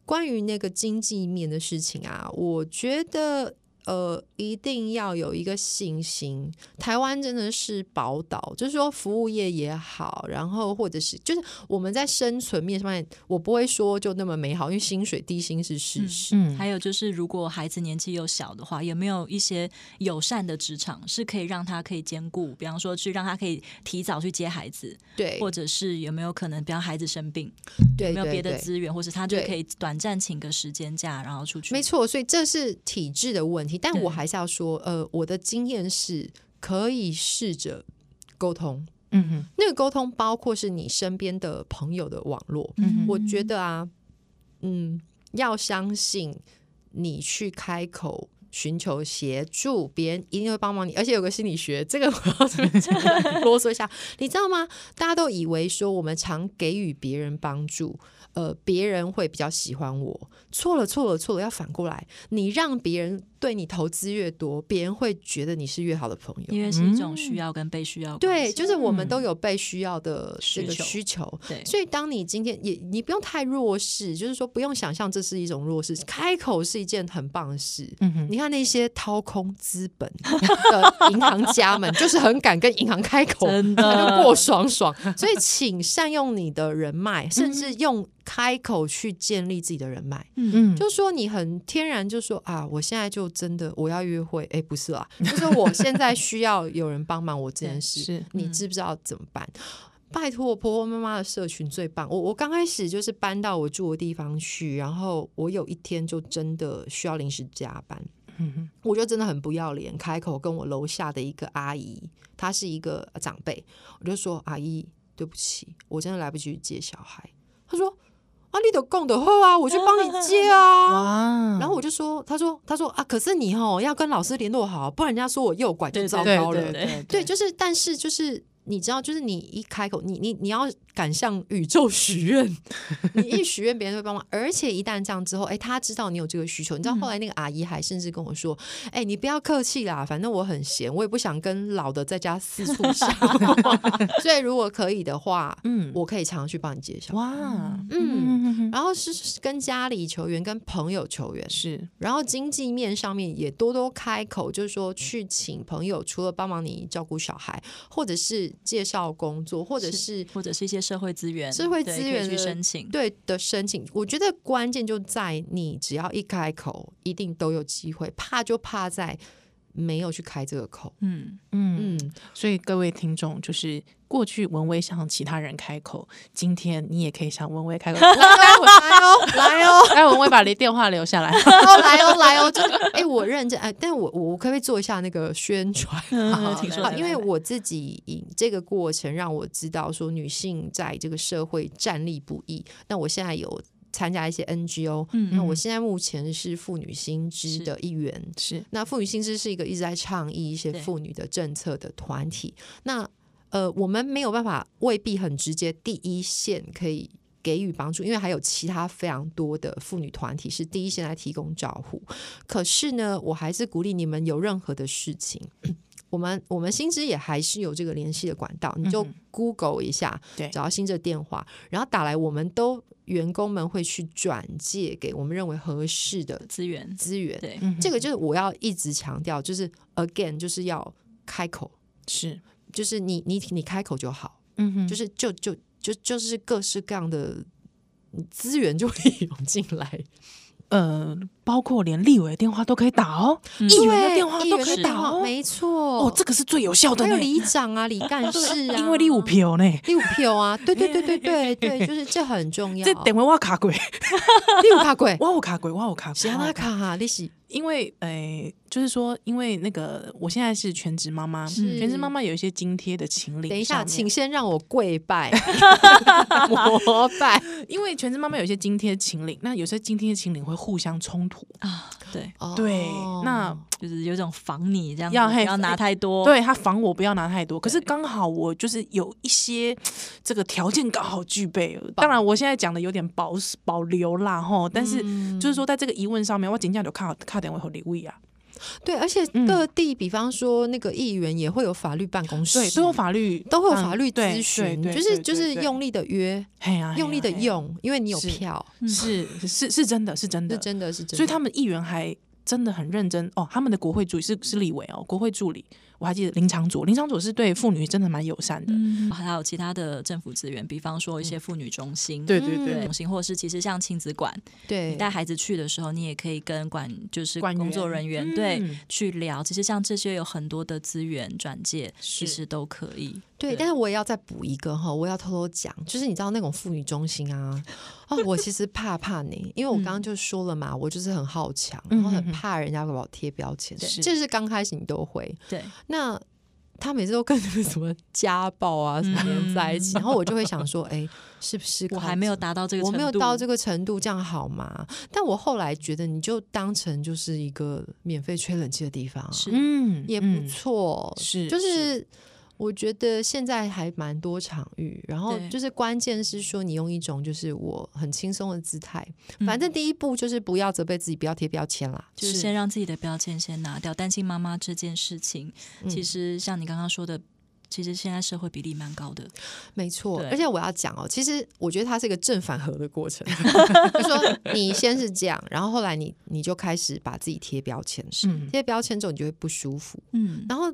[SPEAKER 5] 关于那个经济面的事情啊，我觉得。呃，一定要有一个信心。台湾真的是宝岛，就是说服务业也好，然后或者是就是我们在生存面上面，我不会说就那么美好，因为薪水低薪是事实。
[SPEAKER 1] 嗯，
[SPEAKER 3] 还有就是，如果孩子年纪又小的话，有没有一些友善的职场是可以让他可以兼顾？比方说，去让他可以提早去接孩子，
[SPEAKER 5] 对，
[SPEAKER 3] 或者是有没有可能，比方孩子生病，
[SPEAKER 5] 对
[SPEAKER 3] 有没有
[SPEAKER 5] 对
[SPEAKER 3] 别的
[SPEAKER 5] 对
[SPEAKER 3] 资源，或是他就
[SPEAKER 5] 对
[SPEAKER 3] 可以短暂请个时间假，然后出去？
[SPEAKER 5] 没，错，所以这是体制的问题，但
[SPEAKER 3] 对
[SPEAKER 5] 我还是要说，呃，我的经验是可以试着沟通。
[SPEAKER 1] 嗯哼，
[SPEAKER 5] 那个沟通包括是你身边的朋友的网络，
[SPEAKER 1] 嗯哼
[SPEAKER 5] 我觉得啊，嗯，要相信你去开口寻求协助，别人一定会帮忙你。而且有个心理学，这个我要这边讲 啰嗦一下，你知道吗？大家都以为说我们常给予别人帮助，呃，别人会比较喜欢我。错了，错了，错了，要反过来，你让别人对你投资越多，别人会觉得你是越好的朋友。
[SPEAKER 3] 因为是一种需要跟被需要的关
[SPEAKER 5] 嗯对，
[SPEAKER 3] 系。
[SPEAKER 5] 就是我们都有被需要的这个
[SPEAKER 3] 需求
[SPEAKER 5] 需求，
[SPEAKER 3] 对
[SPEAKER 5] 所以当你今天也你不用太弱势，就是说不用想象这是一种弱势，开口是一件很棒的事。
[SPEAKER 1] 嗯哼，
[SPEAKER 5] 你看那些掏空资本的银行家们，就是很敢跟银行开口，
[SPEAKER 3] 真的
[SPEAKER 5] 才能过爽爽。所以，请善用你的人脉，甚至用开口去建立自己的人脉。
[SPEAKER 1] 嗯，
[SPEAKER 5] 就说你很天然就说啊，我现在就真的我要约会，哎，不是啦，就说我现在需要有人帮忙我这件事，
[SPEAKER 1] 是嗯
[SPEAKER 5] 你知不知道怎么办？拜托，我婆婆妈妈的社群最棒。我我刚开始就是搬到我住的地方去，然后我有一天就真的需要临时加班，
[SPEAKER 1] 嗯哼，
[SPEAKER 5] 我就真的很不要脸，开口跟我楼下的一个阿姨，她是一个长辈，我就说：“阿姨，对不起，我真的来不及去接小孩。”她说：“啊，你都供的后啊，我去帮你 接啊。”
[SPEAKER 1] 哇，
[SPEAKER 5] 然后我就说：“她说，她说啊，可是你哦要跟老师联络好，不然人家说我诱拐就
[SPEAKER 3] 对
[SPEAKER 5] 糟
[SPEAKER 1] 对
[SPEAKER 5] 糕了。
[SPEAKER 1] 对对
[SPEAKER 5] 对，就是，但是就是。你知道，就是你一开口，你你你要敢向宇宙许 愿，你一许愿，别人就会帮忙。而且一旦这样之后，哎、他知道你有这个需求。你知道后来那个阿姨还甚至跟我 说：“哎、你不要客气啦，反正我很闲，我也不想跟老的在家四处 瞎逛，所以如果可以的话，
[SPEAKER 1] 嗯，
[SPEAKER 5] 我可以常常去帮你介绍。
[SPEAKER 1] 哇，
[SPEAKER 5] 嗯，
[SPEAKER 1] 嗯，
[SPEAKER 5] 然后是是跟家里求援，跟朋友求援，
[SPEAKER 1] 是，
[SPEAKER 5] 然后经济面上面也多多开口，就是说去请朋友，除了帮忙你照顾小孩，或者是介绍工作，或者是
[SPEAKER 3] 或者是一些社会资源，
[SPEAKER 5] 社会
[SPEAKER 3] 对
[SPEAKER 5] 资
[SPEAKER 3] 可以
[SPEAKER 5] 源
[SPEAKER 3] 去
[SPEAKER 5] 的
[SPEAKER 3] 申请。
[SPEAKER 5] 对的申请。我觉得关键就在你只要一开口，一定都有机会。怕就怕在没有去开这个口。
[SPEAKER 3] 嗯，
[SPEAKER 1] 嗯，
[SPEAKER 5] 嗯，
[SPEAKER 1] 所以各位听众，就是过去文威向其他人开口，今天你也可以向文威 开口。
[SPEAKER 5] 来哦，来哦。
[SPEAKER 1] 哎，文威把你电话留下来。
[SPEAKER 5] 哦，来哦，来哦，就是哎、我认真哎，但我我可不可以做一下那个宣传？
[SPEAKER 3] 嗯请说
[SPEAKER 5] 好
[SPEAKER 3] 请
[SPEAKER 5] 因为
[SPEAKER 3] 说
[SPEAKER 5] 我自己以这个过程让我知道说女性在这个社会站立不易。那我现在有参加一些 NGO，、
[SPEAKER 3] 嗯
[SPEAKER 5] 那我现在目前是妇女新知
[SPEAKER 3] 是
[SPEAKER 5] 的一员。
[SPEAKER 1] 是，
[SPEAKER 5] 那妇女新知是一个一直在倡议一些
[SPEAKER 3] 对
[SPEAKER 5] 妇女的政策的团体。那呃，我们没有办法未必很直接第一线可以给予帮助，因为还有其他非常多的妇女团体是第一线来提供照护。可是呢，我还是鼓励你们有任何的事情。我们我们新知也还是有这个联系的管道，你就
[SPEAKER 1] 嗯哼
[SPEAKER 5] Google 一下，
[SPEAKER 1] 对
[SPEAKER 5] 找到新知的电话，然后打来，我们都员工们会去转介给我们认为合适的
[SPEAKER 3] 资源，
[SPEAKER 5] 资源。
[SPEAKER 3] 对，
[SPEAKER 1] 嗯哼，
[SPEAKER 5] 这个就是我要一直强调，就是 again，就是要开口，
[SPEAKER 1] 是，
[SPEAKER 5] 就是你你你开口就好，
[SPEAKER 1] 嗯哼，
[SPEAKER 5] 就是就就就就是各式各样的资源就会涌进来。
[SPEAKER 1] 呃，包括连立委的电话都可以打哦，
[SPEAKER 3] 嗯
[SPEAKER 1] 议员的
[SPEAKER 5] 对，
[SPEAKER 1] 电话
[SPEAKER 5] 议
[SPEAKER 1] 都
[SPEAKER 5] 员
[SPEAKER 1] 可以
[SPEAKER 5] 的
[SPEAKER 1] 打
[SPEAKER 5] 电话
[SPEAKER 1] 哦。
[SPEAKER 5] 没错。
[SPEAKER 1] 哦，这个是最有效的
[SPEAKER 5] 还有
[SPEAKER 1] 呢，
[SPEAKER 5] 里长啊、李 干事啊，
[SPEAKER 1] 因为立五票呢，
[SPEAKER 5] 利物票啊，对对对对对对，就是这很重要。
[SPEAKER 1] 这等会我卡鬼，
[SPEAKER 5] 利物卡鬼，
[SPEAKER 1] 我有卡鬼，我有卡
[SPEAKER 5] 喜
[SPEAKER 1] 鬼，
[SPEAKER 5] 哈
[SPEAKER 1] 我
[SPEAKER 5] 那
[SPEAKER 1] 有
[SPEAKER 5] 卡哈利息，
[SPEAKER 1] 因为诶、呃就是说，因为那个我现在是全职妈妈，
[SPEAKER 5] 是
[SPEAKER 1] 全职妈妈有一些津贴的情理。
[SPEAKER 5] 等一下，请
[SPEAKER 1] 请，
[SPEAKER 5] 先让我 跪拜膜拜
[SPEAKER 1] 因为全职妈妈有一些津贴情理，那有些津贴情理会互相冲突。
[SPEAKER 3] 啊，对，
[SPEAKER 5] 哦
[SPEAKER 1] 对，那
[SPEAKER 3] 就是有一种防你这样子，
[SPEAKER 1] 要
[SPEAKER 3] 不
[SPEAKER 1] 嘿哎
[SPEAKER 3] 要
[SPEAKER 5] 哎
[SPEAKER 3] 拿太多，
[SPEAKER 1] 对他防我不要拿太多，可是
[SPEAKER 3] 对
[SPEAKER 1] 刚好我就是有一些这个条件刚好具备。当然，我现在讲的有点保保留啦吼，但是
[SPEAKER 5] 嗯
[SPEAKER 1] 就是说在这个疑问上面，我尽量就靠靠点位和李位啊，
[SPEAKER 5] 对，而且
[SPEAKER 1] 嗯
[SPEAKER 5] 各地，比方说那个议员也会有法律办公室，
[SPEAKER 1] 对，都有法律，
[SPEAKER 5] 都会有
[SPEAKER 1] 嗯
[SPEAKER 5] 法律
[SPEAKER 1] 对
[SPEAKER 5] 咨询，
[SPEAKER 1] 对对
[SPEAKER 5] 就是
[SPEAKER 1] 对
[SPEAKER 5] 就是
[SPEAKER 1] 对
[SPEAKER 5] 用力的约，
[SPEAKER 1] 嘿呀哎
[SPEAKER 5] 用力的，
[SPEAKER 1] 嘿呀
[SPEAKER 5] 用，因为你有
[SPEAKER 1] 是
[SPEAKER 5] 票，
[SPEAKER 1] 嘿呀是是是真的，是真的，
[SPEAKER 5] 这真的是真的。
[SPEAKER 1] 所以他们议员还真的很认真哦。他们的国会助理是是立委哦，国会助理我还记得林长佐，林长佐是对妇女真的蛮友善的，
[SPEAKER 3] 嗯，还有其他的政府资源，比方说一些妇女中心，
[SPEAKER 1] 对对
[SPEAKER 5] 嗯
[SPEAKER 1] 对，
[SPEAKER 3] 中心，或是其实像亲子馆，你
[SPEAKER 5] 对
[SPEAKER 3] 带孩子去的时候，你也可以跟管就是
[SPEAKER 1] 管
[SPEAKER 3] 工作
[SPEAKER 1] 员
[SPEAKER 3] 人员
[SPEAKER 1] 嗯
[SPEAKER 3] 对去聊。其实像这些有很多的资源转介，其
[SPEAKER 1] 是
[SPEAKER 3] 实都可以。
[SPEAKER 5] 对，但是我也要再补一个哈，我要偷偷讲，就是你知道那种妇女中心啊，哦，我其实怕怕你，因为我刚刚就说了嘛，我就是很好强，然后
[SPEAKER 1] 嗯哼
[SPEAKER 5] 很
[SPEAKER 1] 哼
[SPEAKER 5] 怕人家给我贴标签，
[SPEAKER 1] 是
[SPEAKER 5] 这是刚开始你都会，
[SPEAKER 3] 对，
[SPEAKER 5] 那他每次都跟那个什么家暴啊什么连在一起，然后我就会想说，哎，是不是
[SPEAKER 3] 嗯我
[SPEAKER 5] 靠
[SPEAKER 3] 还没有达到这个
[SPEAKER 5] 我
[SPEAKER 3] 程度，
[SPEAKER 5] 没有到这个程度，这样好吗？但我后来觉得，你就当成就是一个免费吹冷气的地方啊，
[SPEAKER 3] 是
[SPEAKER 1] 嗯
[SPEAKER 5] 也不
[SPEAKER 1] 嗯
[SPEAKER 5] 错。
[SPEAKER 1] 是
[SPEAKER 5] 就是我觉得现在还蛮多场域，然后
[SPEAKER 3] 对
[SPEAKER 5] 就是关键是说，你用一种就是我很轻松的姿态，
[SPEAKER 3] 嗯
[SPEAKER 5] 反正第一步就是不要责备自己，不要贴标签啦。
[SPEAKER 3] 就是
[SPEAKER 1] 是
[SPEAKER 3] 先让自己的标签先拿掉。担心妈妈这件事情，
[SPEAKER 5] 嗯
[SPEAKER 3] 其实像你刚刚说的。其实现在社会比例蛮高的，
[SPEAKER 5] 没错，
[SPEAKER 3] 对
[SPEAKER 5] 而且我要讲哦，其实我觉得它是一个正反合 的过程，就说你先是这样，然后后来你你就开始把自己贴标签，
[SPEAKER 1] 嗯
[SPEAKER 5] 贴标签之后你就会不舒服，
[SPEAKER 3] 嗯，
[SPEAKER 5] 然后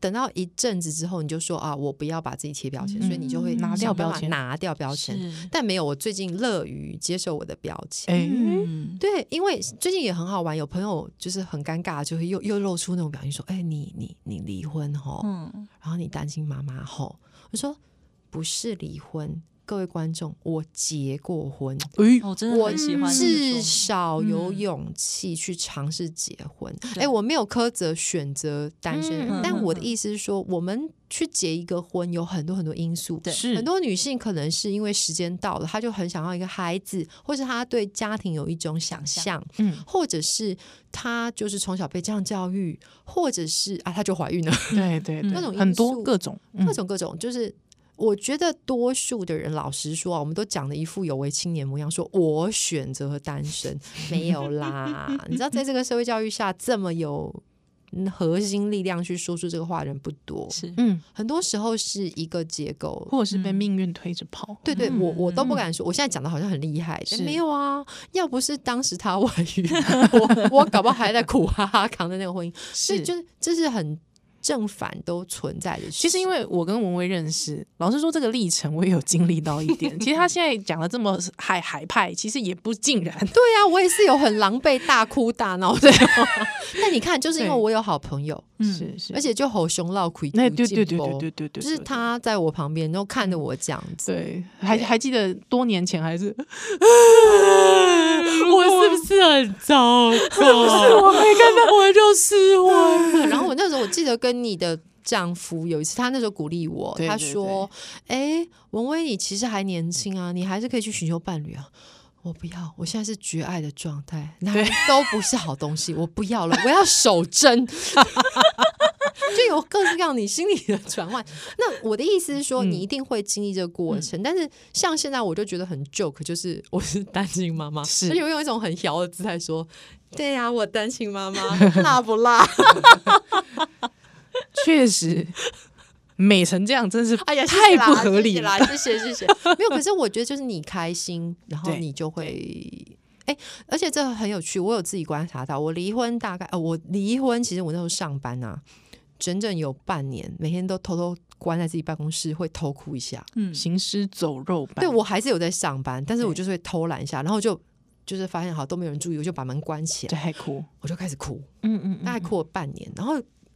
[SPEAKER 5] 等到一阵子之后，你就说啊，我不要把自己贴标签，所以你就会
[SPEAKER 3] 嗯拿
[SPEAKER 5] 想
[SPEAKER 1] 掉
[SPEAKER 5] 办
[SPEAKER 1] 标
[SPEAKER 5] 法
[SPEAKER 1] 签
[SPEAKER 5] 拿掉标签。
[SPEAKER 3] 是，
[SPEAKER 5] 但没有，我最近乐于接受我的标签。
[SPEAKER 1] 哎
[SPEAKER 3] 嗯，
[SPEAKER 5] 对，因为最近也很好玩，有朋友就是很尴尬，就会又又露出那种表情，说：“哎、你你你离婚吼，
[SPEAKER 3] 嗯，
[SPEAKER 5] 然后你担心妈妈吼。”我说：“不是离婚，各位观众，我结过婚，
[SPEAKER 1] 哎
[SPEAKER 3] 我真的
[SPEAKER 5] 我嗯
[SPEAKER 3] 很喜欢这个
[SPEAKER 5] 至
[SPEAKER 3] 说法
[SPEAKER 5] 少有
[SPEAKER 3] 嗯
[SPEAKER 5] 勇气去尝试结婚。哎、
[SPEAKER 3] 对
[SPEAKER 5] 我没有苛责选择单身人，
[SPEAKER 1] 嗯嗯
[SPEAKER 5] 但
[SPEAKER 3] 嗯
[SPEAKER 5] 我的意思是说，我们去结一个婚有很多很多因素。
[SPEAKER 3] 对
[SPEAKER 1] 是
[SPEAKER 5] 很多女性可能是因为时间到了，她就很想要一个孩子，或是她对家庭有一种想
[SPEAKER 3] 想
[SPEAKER 5] 象，
[SPEAKER 1] 嗯
[SPEAKER 5] 或者是她就是从小被这样教育，或者是啊，她就怀孕了，
[SPEAKER 1] 对对
[SPEAKER 3] 嗯
[SPEAKER 1] 对
[SPEAKER 5] 各种因
[SPEAKER 1] 很
[SPEAKER 5] 素
[SPEAKER 1] 多各种嗯
[SPEAKER 5] 各种各种，就是我觉得多数的人，老实说啊，我们都讲的一副有为青年模样，说我选择单 身，没有啦。你知道，在这个社会教育下，这么有嗯核心力量去说出这个话的人不多，
[SPEAKER 3] 是，
[SPEAKER 1] 嗯，
[SPEAKER 5] 很多时候是一个结构。
[SPEAKER 1] 或者是被
[SPEAKER 3] 嗯
[SPEAKER 1] 命运推着跑，
[SPEAKER 5] 对对，
[SPEAKER 3] 嗯
[SPEAKER 5] 我我都不
[SPEAKER 1] 嗯
[SPEAKER 5] 敢说，我现在讲的好像很厉害，但
[SPEAKER 1] 是
[SPEAKER 5] 没有啊。要不是当时他外遇，我 我搞不好还在苦哈哈扛着那个婚姻，所以
[SPEAKER 1] 是
[SPEAKER 5] 就是这是很正反都存在的事。
[SPEAKER 1] 其实因为我跟文威认识，老实说这个历程我也有经历到一点。其实他现在讲的这么海海派，其实也不尽 然。
[SPEAKER 5] 对啊，我也是有很狼狈、大哭大闹的。 但你看，就是因为
[SPEAKER 1] 对
[SPEAKER 5] 我有好朋友，
[SPEAKER 3] 嗯，
[SPEAKER 1] 是是，
[SPEAKER 5] 而且就吼熊闹亏，
[SPEAKER 1] 那对对对对对对对，
[SPEAKER 5] 就是
[SPEAKER 1] 对
[SPEAKER 5] 他在我旁边，然后看着我这样子。
[SPEAKER 1] 对，还还记得多年前还 是
[SPEAKER 5] 我是不是很糟糕？是我没看 到，我就失望 了。然后我那时候我记得跟你的丈夫有一次，他那时候鼓励我，
[SPEAKER 1] 对
[SPEAKER 5] 他
[SPEAKER 1] 对
[SPEAKER 5] 说：“哎，文威，你其实还年轻啊，你还是可以去寻求伴侣啊。”我不要，我现在是绝爱的状态，男人都不是好东西，我不要了，我要守贞。 就有各式各样你心里的转换。那我的意思是说，
[SPEAKER 1] 嗯
[SPEAKER 5] 你一定会经历这个过程，但是像现在我就觉得很 joke，就是我是单亲妈妈，
[SPEAKER 1] 是
[SPEAKER 5] 而且我用一种很摇的姿态说。对呀、我单 亲妈妈辣不辣？
[SPEAKER 1] 确实美成这样，真是
[SPEAKER 5] 哎呀，谢
[SPEAKER 1] 太
[SPEAKER 5] 谢啦
[SPEAKER 1] 不合理
[SPEAKER 5] 谢谢
[SPEAKER 1] 了。
[SPEAKER 5] 啦！谢谢谢谢。 没有，可是我觉得就是你开心，然后
[SPEAKER 1] 对
[SPEAKER 5] 你就会哎、而且这很有趣。我有自己观察到，我离婚大概呃，我离婚其实我那时候上班啊，整整有半年，每天都偷偷关在自己办公室，会偷哭一下。
[SPEAKER 3] 嗯，
[SPEAKER 1] 行尸走肉版，
[SPEAKER 5] 对我还是有在上班，但是我
[SPEAKER 1] 对
[SPEAKER 5] 就是会偷懒一下，然后就就是发现好都没有人注意，我就把门关起
[SPEAKER 1] 对，
[SPEAKER 5] 来，
[SPEAKER 1] 还哭，
[SPEAKER 5] 我就开始哭，
[SPEAKER 1] 嗯嗯嗯，
[SPEAKER 5] 大概哭了半年，然后。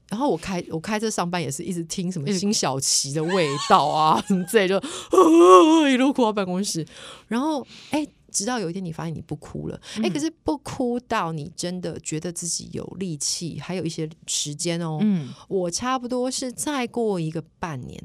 [SPEAKER 5] 然后我开我开车上班也是一直听什么
[SPEAKER 1] 一直
[SPEAKER 5] 辛晓琪的味道啊什么之类，就、 啊、一路哭到办公室。然后哎，直到有一天你发现你不哭了，
[SPEAKER 1] 嗯
[SPEAKER 5] 哎，可是不哭到你真的觉得自己有力气，还有一些时间哦。
[SPEAKER 1] 嗯
[SPEAKER 5] 我差不多是再过一个半年，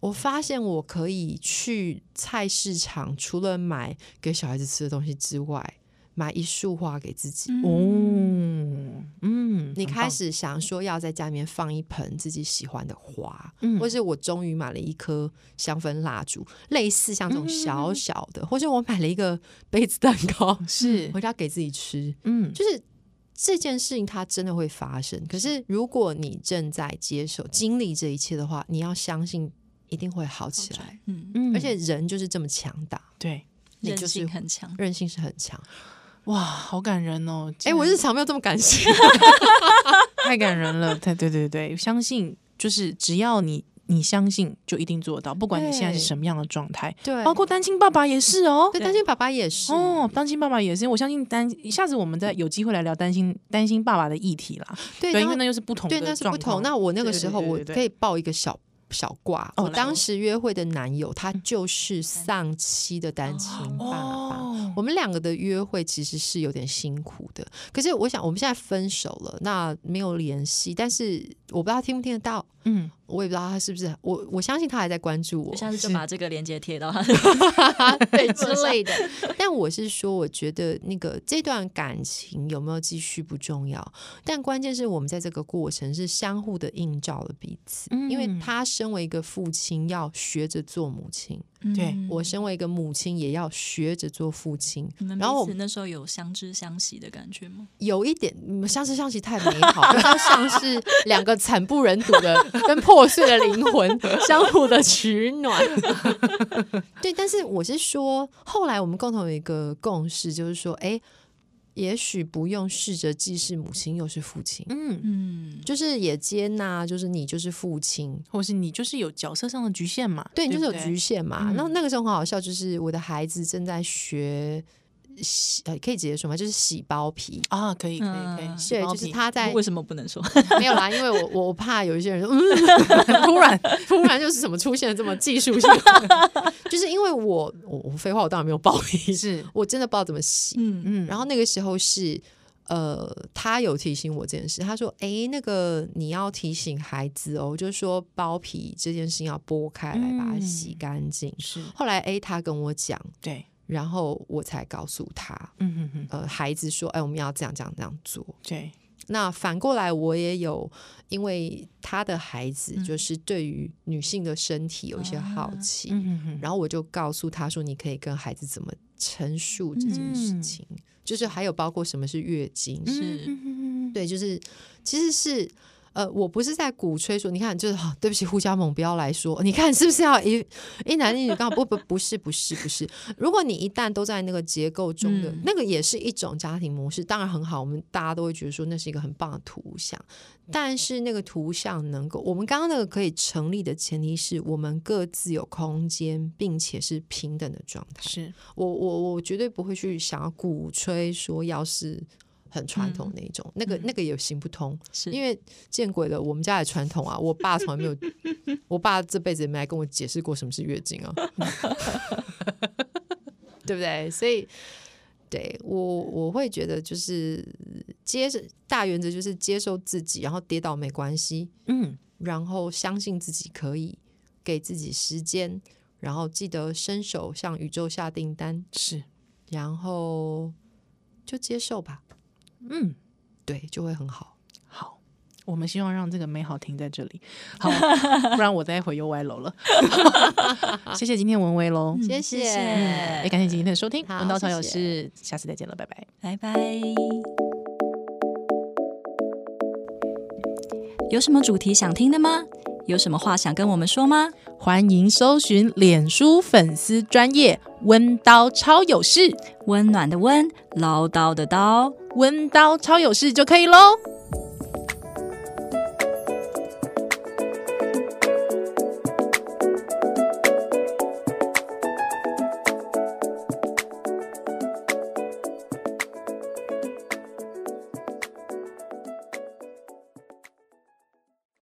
[SPEAKER 5] 我发现我可以去菜市场，除了买给小孩子吃的东西之外，买一束花给自
[SPEAKER 3] 嗯
[SPEAKER 5] 己。
[SPEAKER 1] 哦，嗯，
[SPEAKER 5] 你
[SPEAKER 1] 很
[SPEAKER 5] 开
[SPEAKER 1] 棒，
[SPEAKER 5] 始想说要在家里面放一盆自己喜欢的花，
[SPEAKER 1] 嗯
[SPEAKER 5] 或是我终于买了一颗香氛蜡烛，类似像这种
[SPEAKER 1] 嗯
[SPEAKER 5] 小小的，或是我买了一个杯子蛋糕
[SPEAKER 1] 是
[SPEAKER 5] 回家给自己吃，
[SPEAKER 1] 嗯
[SPEAKER 5] 就是这件事情它真的会发生。可是如果你正在接受、经历这一切的话，你要相信一定会好起来。
[SPEAKER 3] 嗯，
[SPEAKER 1] 嗯，
[SPEAKER 5] 而且人就是这么强大，
[SPEAKER 1] 对，
[SPEAKER 5] 你
[SPEAKER 3] 韧
[SPEAKER 5] 就是
[SPEAKER 3] 性很强。
[SPEAKER 5] 韧性是很强。
[SPEAKER 1] 哇，好感人哦！
[SPEAKER 5] 哎、我日常没有这么感性，
[SPEAKER 1] 太感人了，对对对对，相信就是只要你你相信，就一定做得到，不管你现在是
[SPEAKER 5] 对
[SPEAKER 1] 什么样的状态，
[SPEAKER 5] 对，
[SPEAKER 1] 包括单亲爸爸也是哦。
[SPEAKER 5] 哦对担心爸爸也是。
[SPEAKER 1] 哦，单亲爸爸也是，我相信单下次我们再有机会来聊担心担心爸爸的议题啦。对，
[SPEAKER 5] 对，然
[SPEAKER 1] 因
[SPEAKER 5] 后
[SPEAKER 1] 为那又是不同的
[SPEAKER 5] 对，那是不
[SPEAKER 1] 状况
[SPEAKER 5] 同。那我那个
[SPEAKER 1] 对
[SPEAKER 5] 时
[SPEAKER 1] 对
[SPEAKER 5] 候，
[SPEAKER 1] 对
[SPEAKER 5] 我
[SPEAKER 1] 对对
[SPEAKER 5] 可以报一个小小卦。
[SPEAKER 1] 哦
[SPEAKER 5] 我
[SPEAKER 1] 来
[SPEAKER 5] 当
[SPEAKER 1] 哦嗯
[SPEAKER 5] 时约会的男友，他就是丧妻的单亲爸爸。
[SPEAKER 1] 哦，
[SPEAKER 5] 我们两个的约会其实是有点辛苦的，可是我想我们现在分手了，那没有联系，但是我不知道他听不听得到，
[SPEAKER 1] 嗯，
[SPEAKER 5] 我也不知道他是不是我，我相信他还在关注我
[SPEAKER 3] 我，下次就把这个链接贴到他
[SPEAKER 5] 对之类的。但我是说，我觉得那个这段感情有没有继续不重要，但关键是我们在这个过程是相互的映照了彼此。
[SPEAKER 1] 嗯
[SPEAKER 5] 因为他身为一个父亲，要学着做母亲；
[SPEAKER 1] 对
[SPEAKER 5] 我身为一个母亲，也要学着做父亲。
[SPEAKER 3] 嗯你们彼
[SPEAKER 5] 然后我
[SPEAKER 3] 此那时候有相知相惜的感觉吗？
[SPEAKER 5] 有一点，嗯相识相惜太美好， 比较像是两个惨不忍睹的、跟破碎的灵魂 相互的取暖。 对，但是我是说，后来我们共同有一个共识，就是说，哎，也许不用试着既是母亲又是父亲，
[SPEAKER 1] 嗯，
[SPEAKER 3] 嗯，
[SPEAKER 5] 就是也接纳，就是你就是父亲，
[SPEAKER 1] 或是你就是有角色上的局限嘛？
[SPEAKER 5] 对，你就是有
[SPEAKER 1] 不
[SPEAKER 5] 局限嘛。
[SPEAKER 1] 嗯
[SPEAKER 5] 然后那个时候很好笑，就是我的孩子正在学洗，呃，可以直接说吗？就是洗包皮。
[SPEAKER 1] 啊，可以可以可以
[SPEAKER 3] 嗯，
[SPEAKER 1] 细
[SPEAKER 5] 对，
[SPEAKER 1] 胞
[SPEAKER 5] 就是
[SPEAKER 1] 体
[SPEAKER 5] 他在
[SPEAKER 3] 为什么不能说？
[SPEAKER 5] 没有啦，因为我我怕有一些人说，嗯，
[SPEAKER 1] 突然
[SPEAKER 5] 突然就是怎么出现了这么技术性， 就是因为我我我废话，我当然没有报 应，
[SPEAKER 1] 是
[SPEAKER 5] 我真的不知道怎么洗。
[SPEAKER 3] 嗯，
[SPEAKER 1] 嗯，
[SPEAKER 5] 然后那个时候是，呃，他有提醒我这件事，他说：“诶，那个你要提醒孩子哦，就是说包皮这件事情要剥开来，把它洗
[SPEAKER 1] 嗯
[SPEAKER 5] 干净。
[SPEAKER 1] 是
[SPEAKER 5] 后来 A 他跟我讲，
[SPEAKER 1] 对，
[SPEAKER 5] 然后我才告诉他，
[SPEAKER 1] 嗯嗯嗯，
[SPEAKER 5] 呃，孩子说：“哎，我们要这样这样这样做。”
[SPEAKER 1] 对，
[SPEAKER 5] 那反过来，我也有，因为他的孩子就是对于女性的身体有一些好奇，
[SPEAKER 1] 嗯嗯嗯，
[SPEAKER 5] 然后我就告诉他说，你可以跟孩子怎么陈述这件事情，就是还有包括什么是月经，
[SPEAKER 3] 是
[SPEAKER 1] 嗯嗯嗯嗯
[SPEAKER 5] 对，就是其实是。呃，我不是在鼓吹说，你看，就是、啊对不起，互加盟不要来说，你看是不是要一一男一女刚好不不不是不是不是，如果你一旦都在那个结构中的、
[SPEAKER 3] 嗯
[SPEAKER 5] 那个也是一种家庭模式，当然很好，我们大家都会觉得说那是一个很棒的图像，但是那个图像能够，我们刚刚那个可以成立的前提是我们各自有空间，并且是平等的状态。
[SPEAKER 1] 是
[SPEAKER 5] 我我我绝对不会去想要鼓吹说要是很传统那一种，那个那个也行不通，
[SPEAKER 3] 是
[SPEAKER 5] 因为见鬼了，我们家的传统啊，我爸从来没有，我爸这辈子也没来跟我解释过什么是月经啊，对不对？所以。对我，我会觉得就是接受大原则就是接受自己，然后跌倒没关系，
[SPEAKER 1] 嗯
[SPEAKER 5] 然后相信自己可以，给自己时间，然后记得伸手向宇宙下订单，
[SPEAKER 1] 是
[SPEAKER 5] 然后就接受吧，
[SPEAKER 1] 嗯。
[SPEAKER 5] 对，就会很好。
[SPEAKER 1] 好，我们希望让这个美好停在这里。 好，不然我待会又歪楼了。 谢谢今天文威 喽，
[SPEAKER 5] 谢谢
[SPEAKER 3] 嗯谢谢
[SPEAKER 1] 也感谢今天的收听，
[SPEAKER 5] 好
[SPEAKER 1] 文道超有
[SPEAKER 5] 谢
[SPEAKER 1] 事，下次再见了，拜拜。
[SPEAKER 3] 拜拜。有什么主题想听的吗？有什么话想跟我们说吗？
[SPEAKER 1] 欢迎搜寻脸书粉丝专业温刀超有事，
[SPEAKER 3] 温暖的温，唠叨的叨。
[SPEAKER 1] 温刀超有事就可以喽。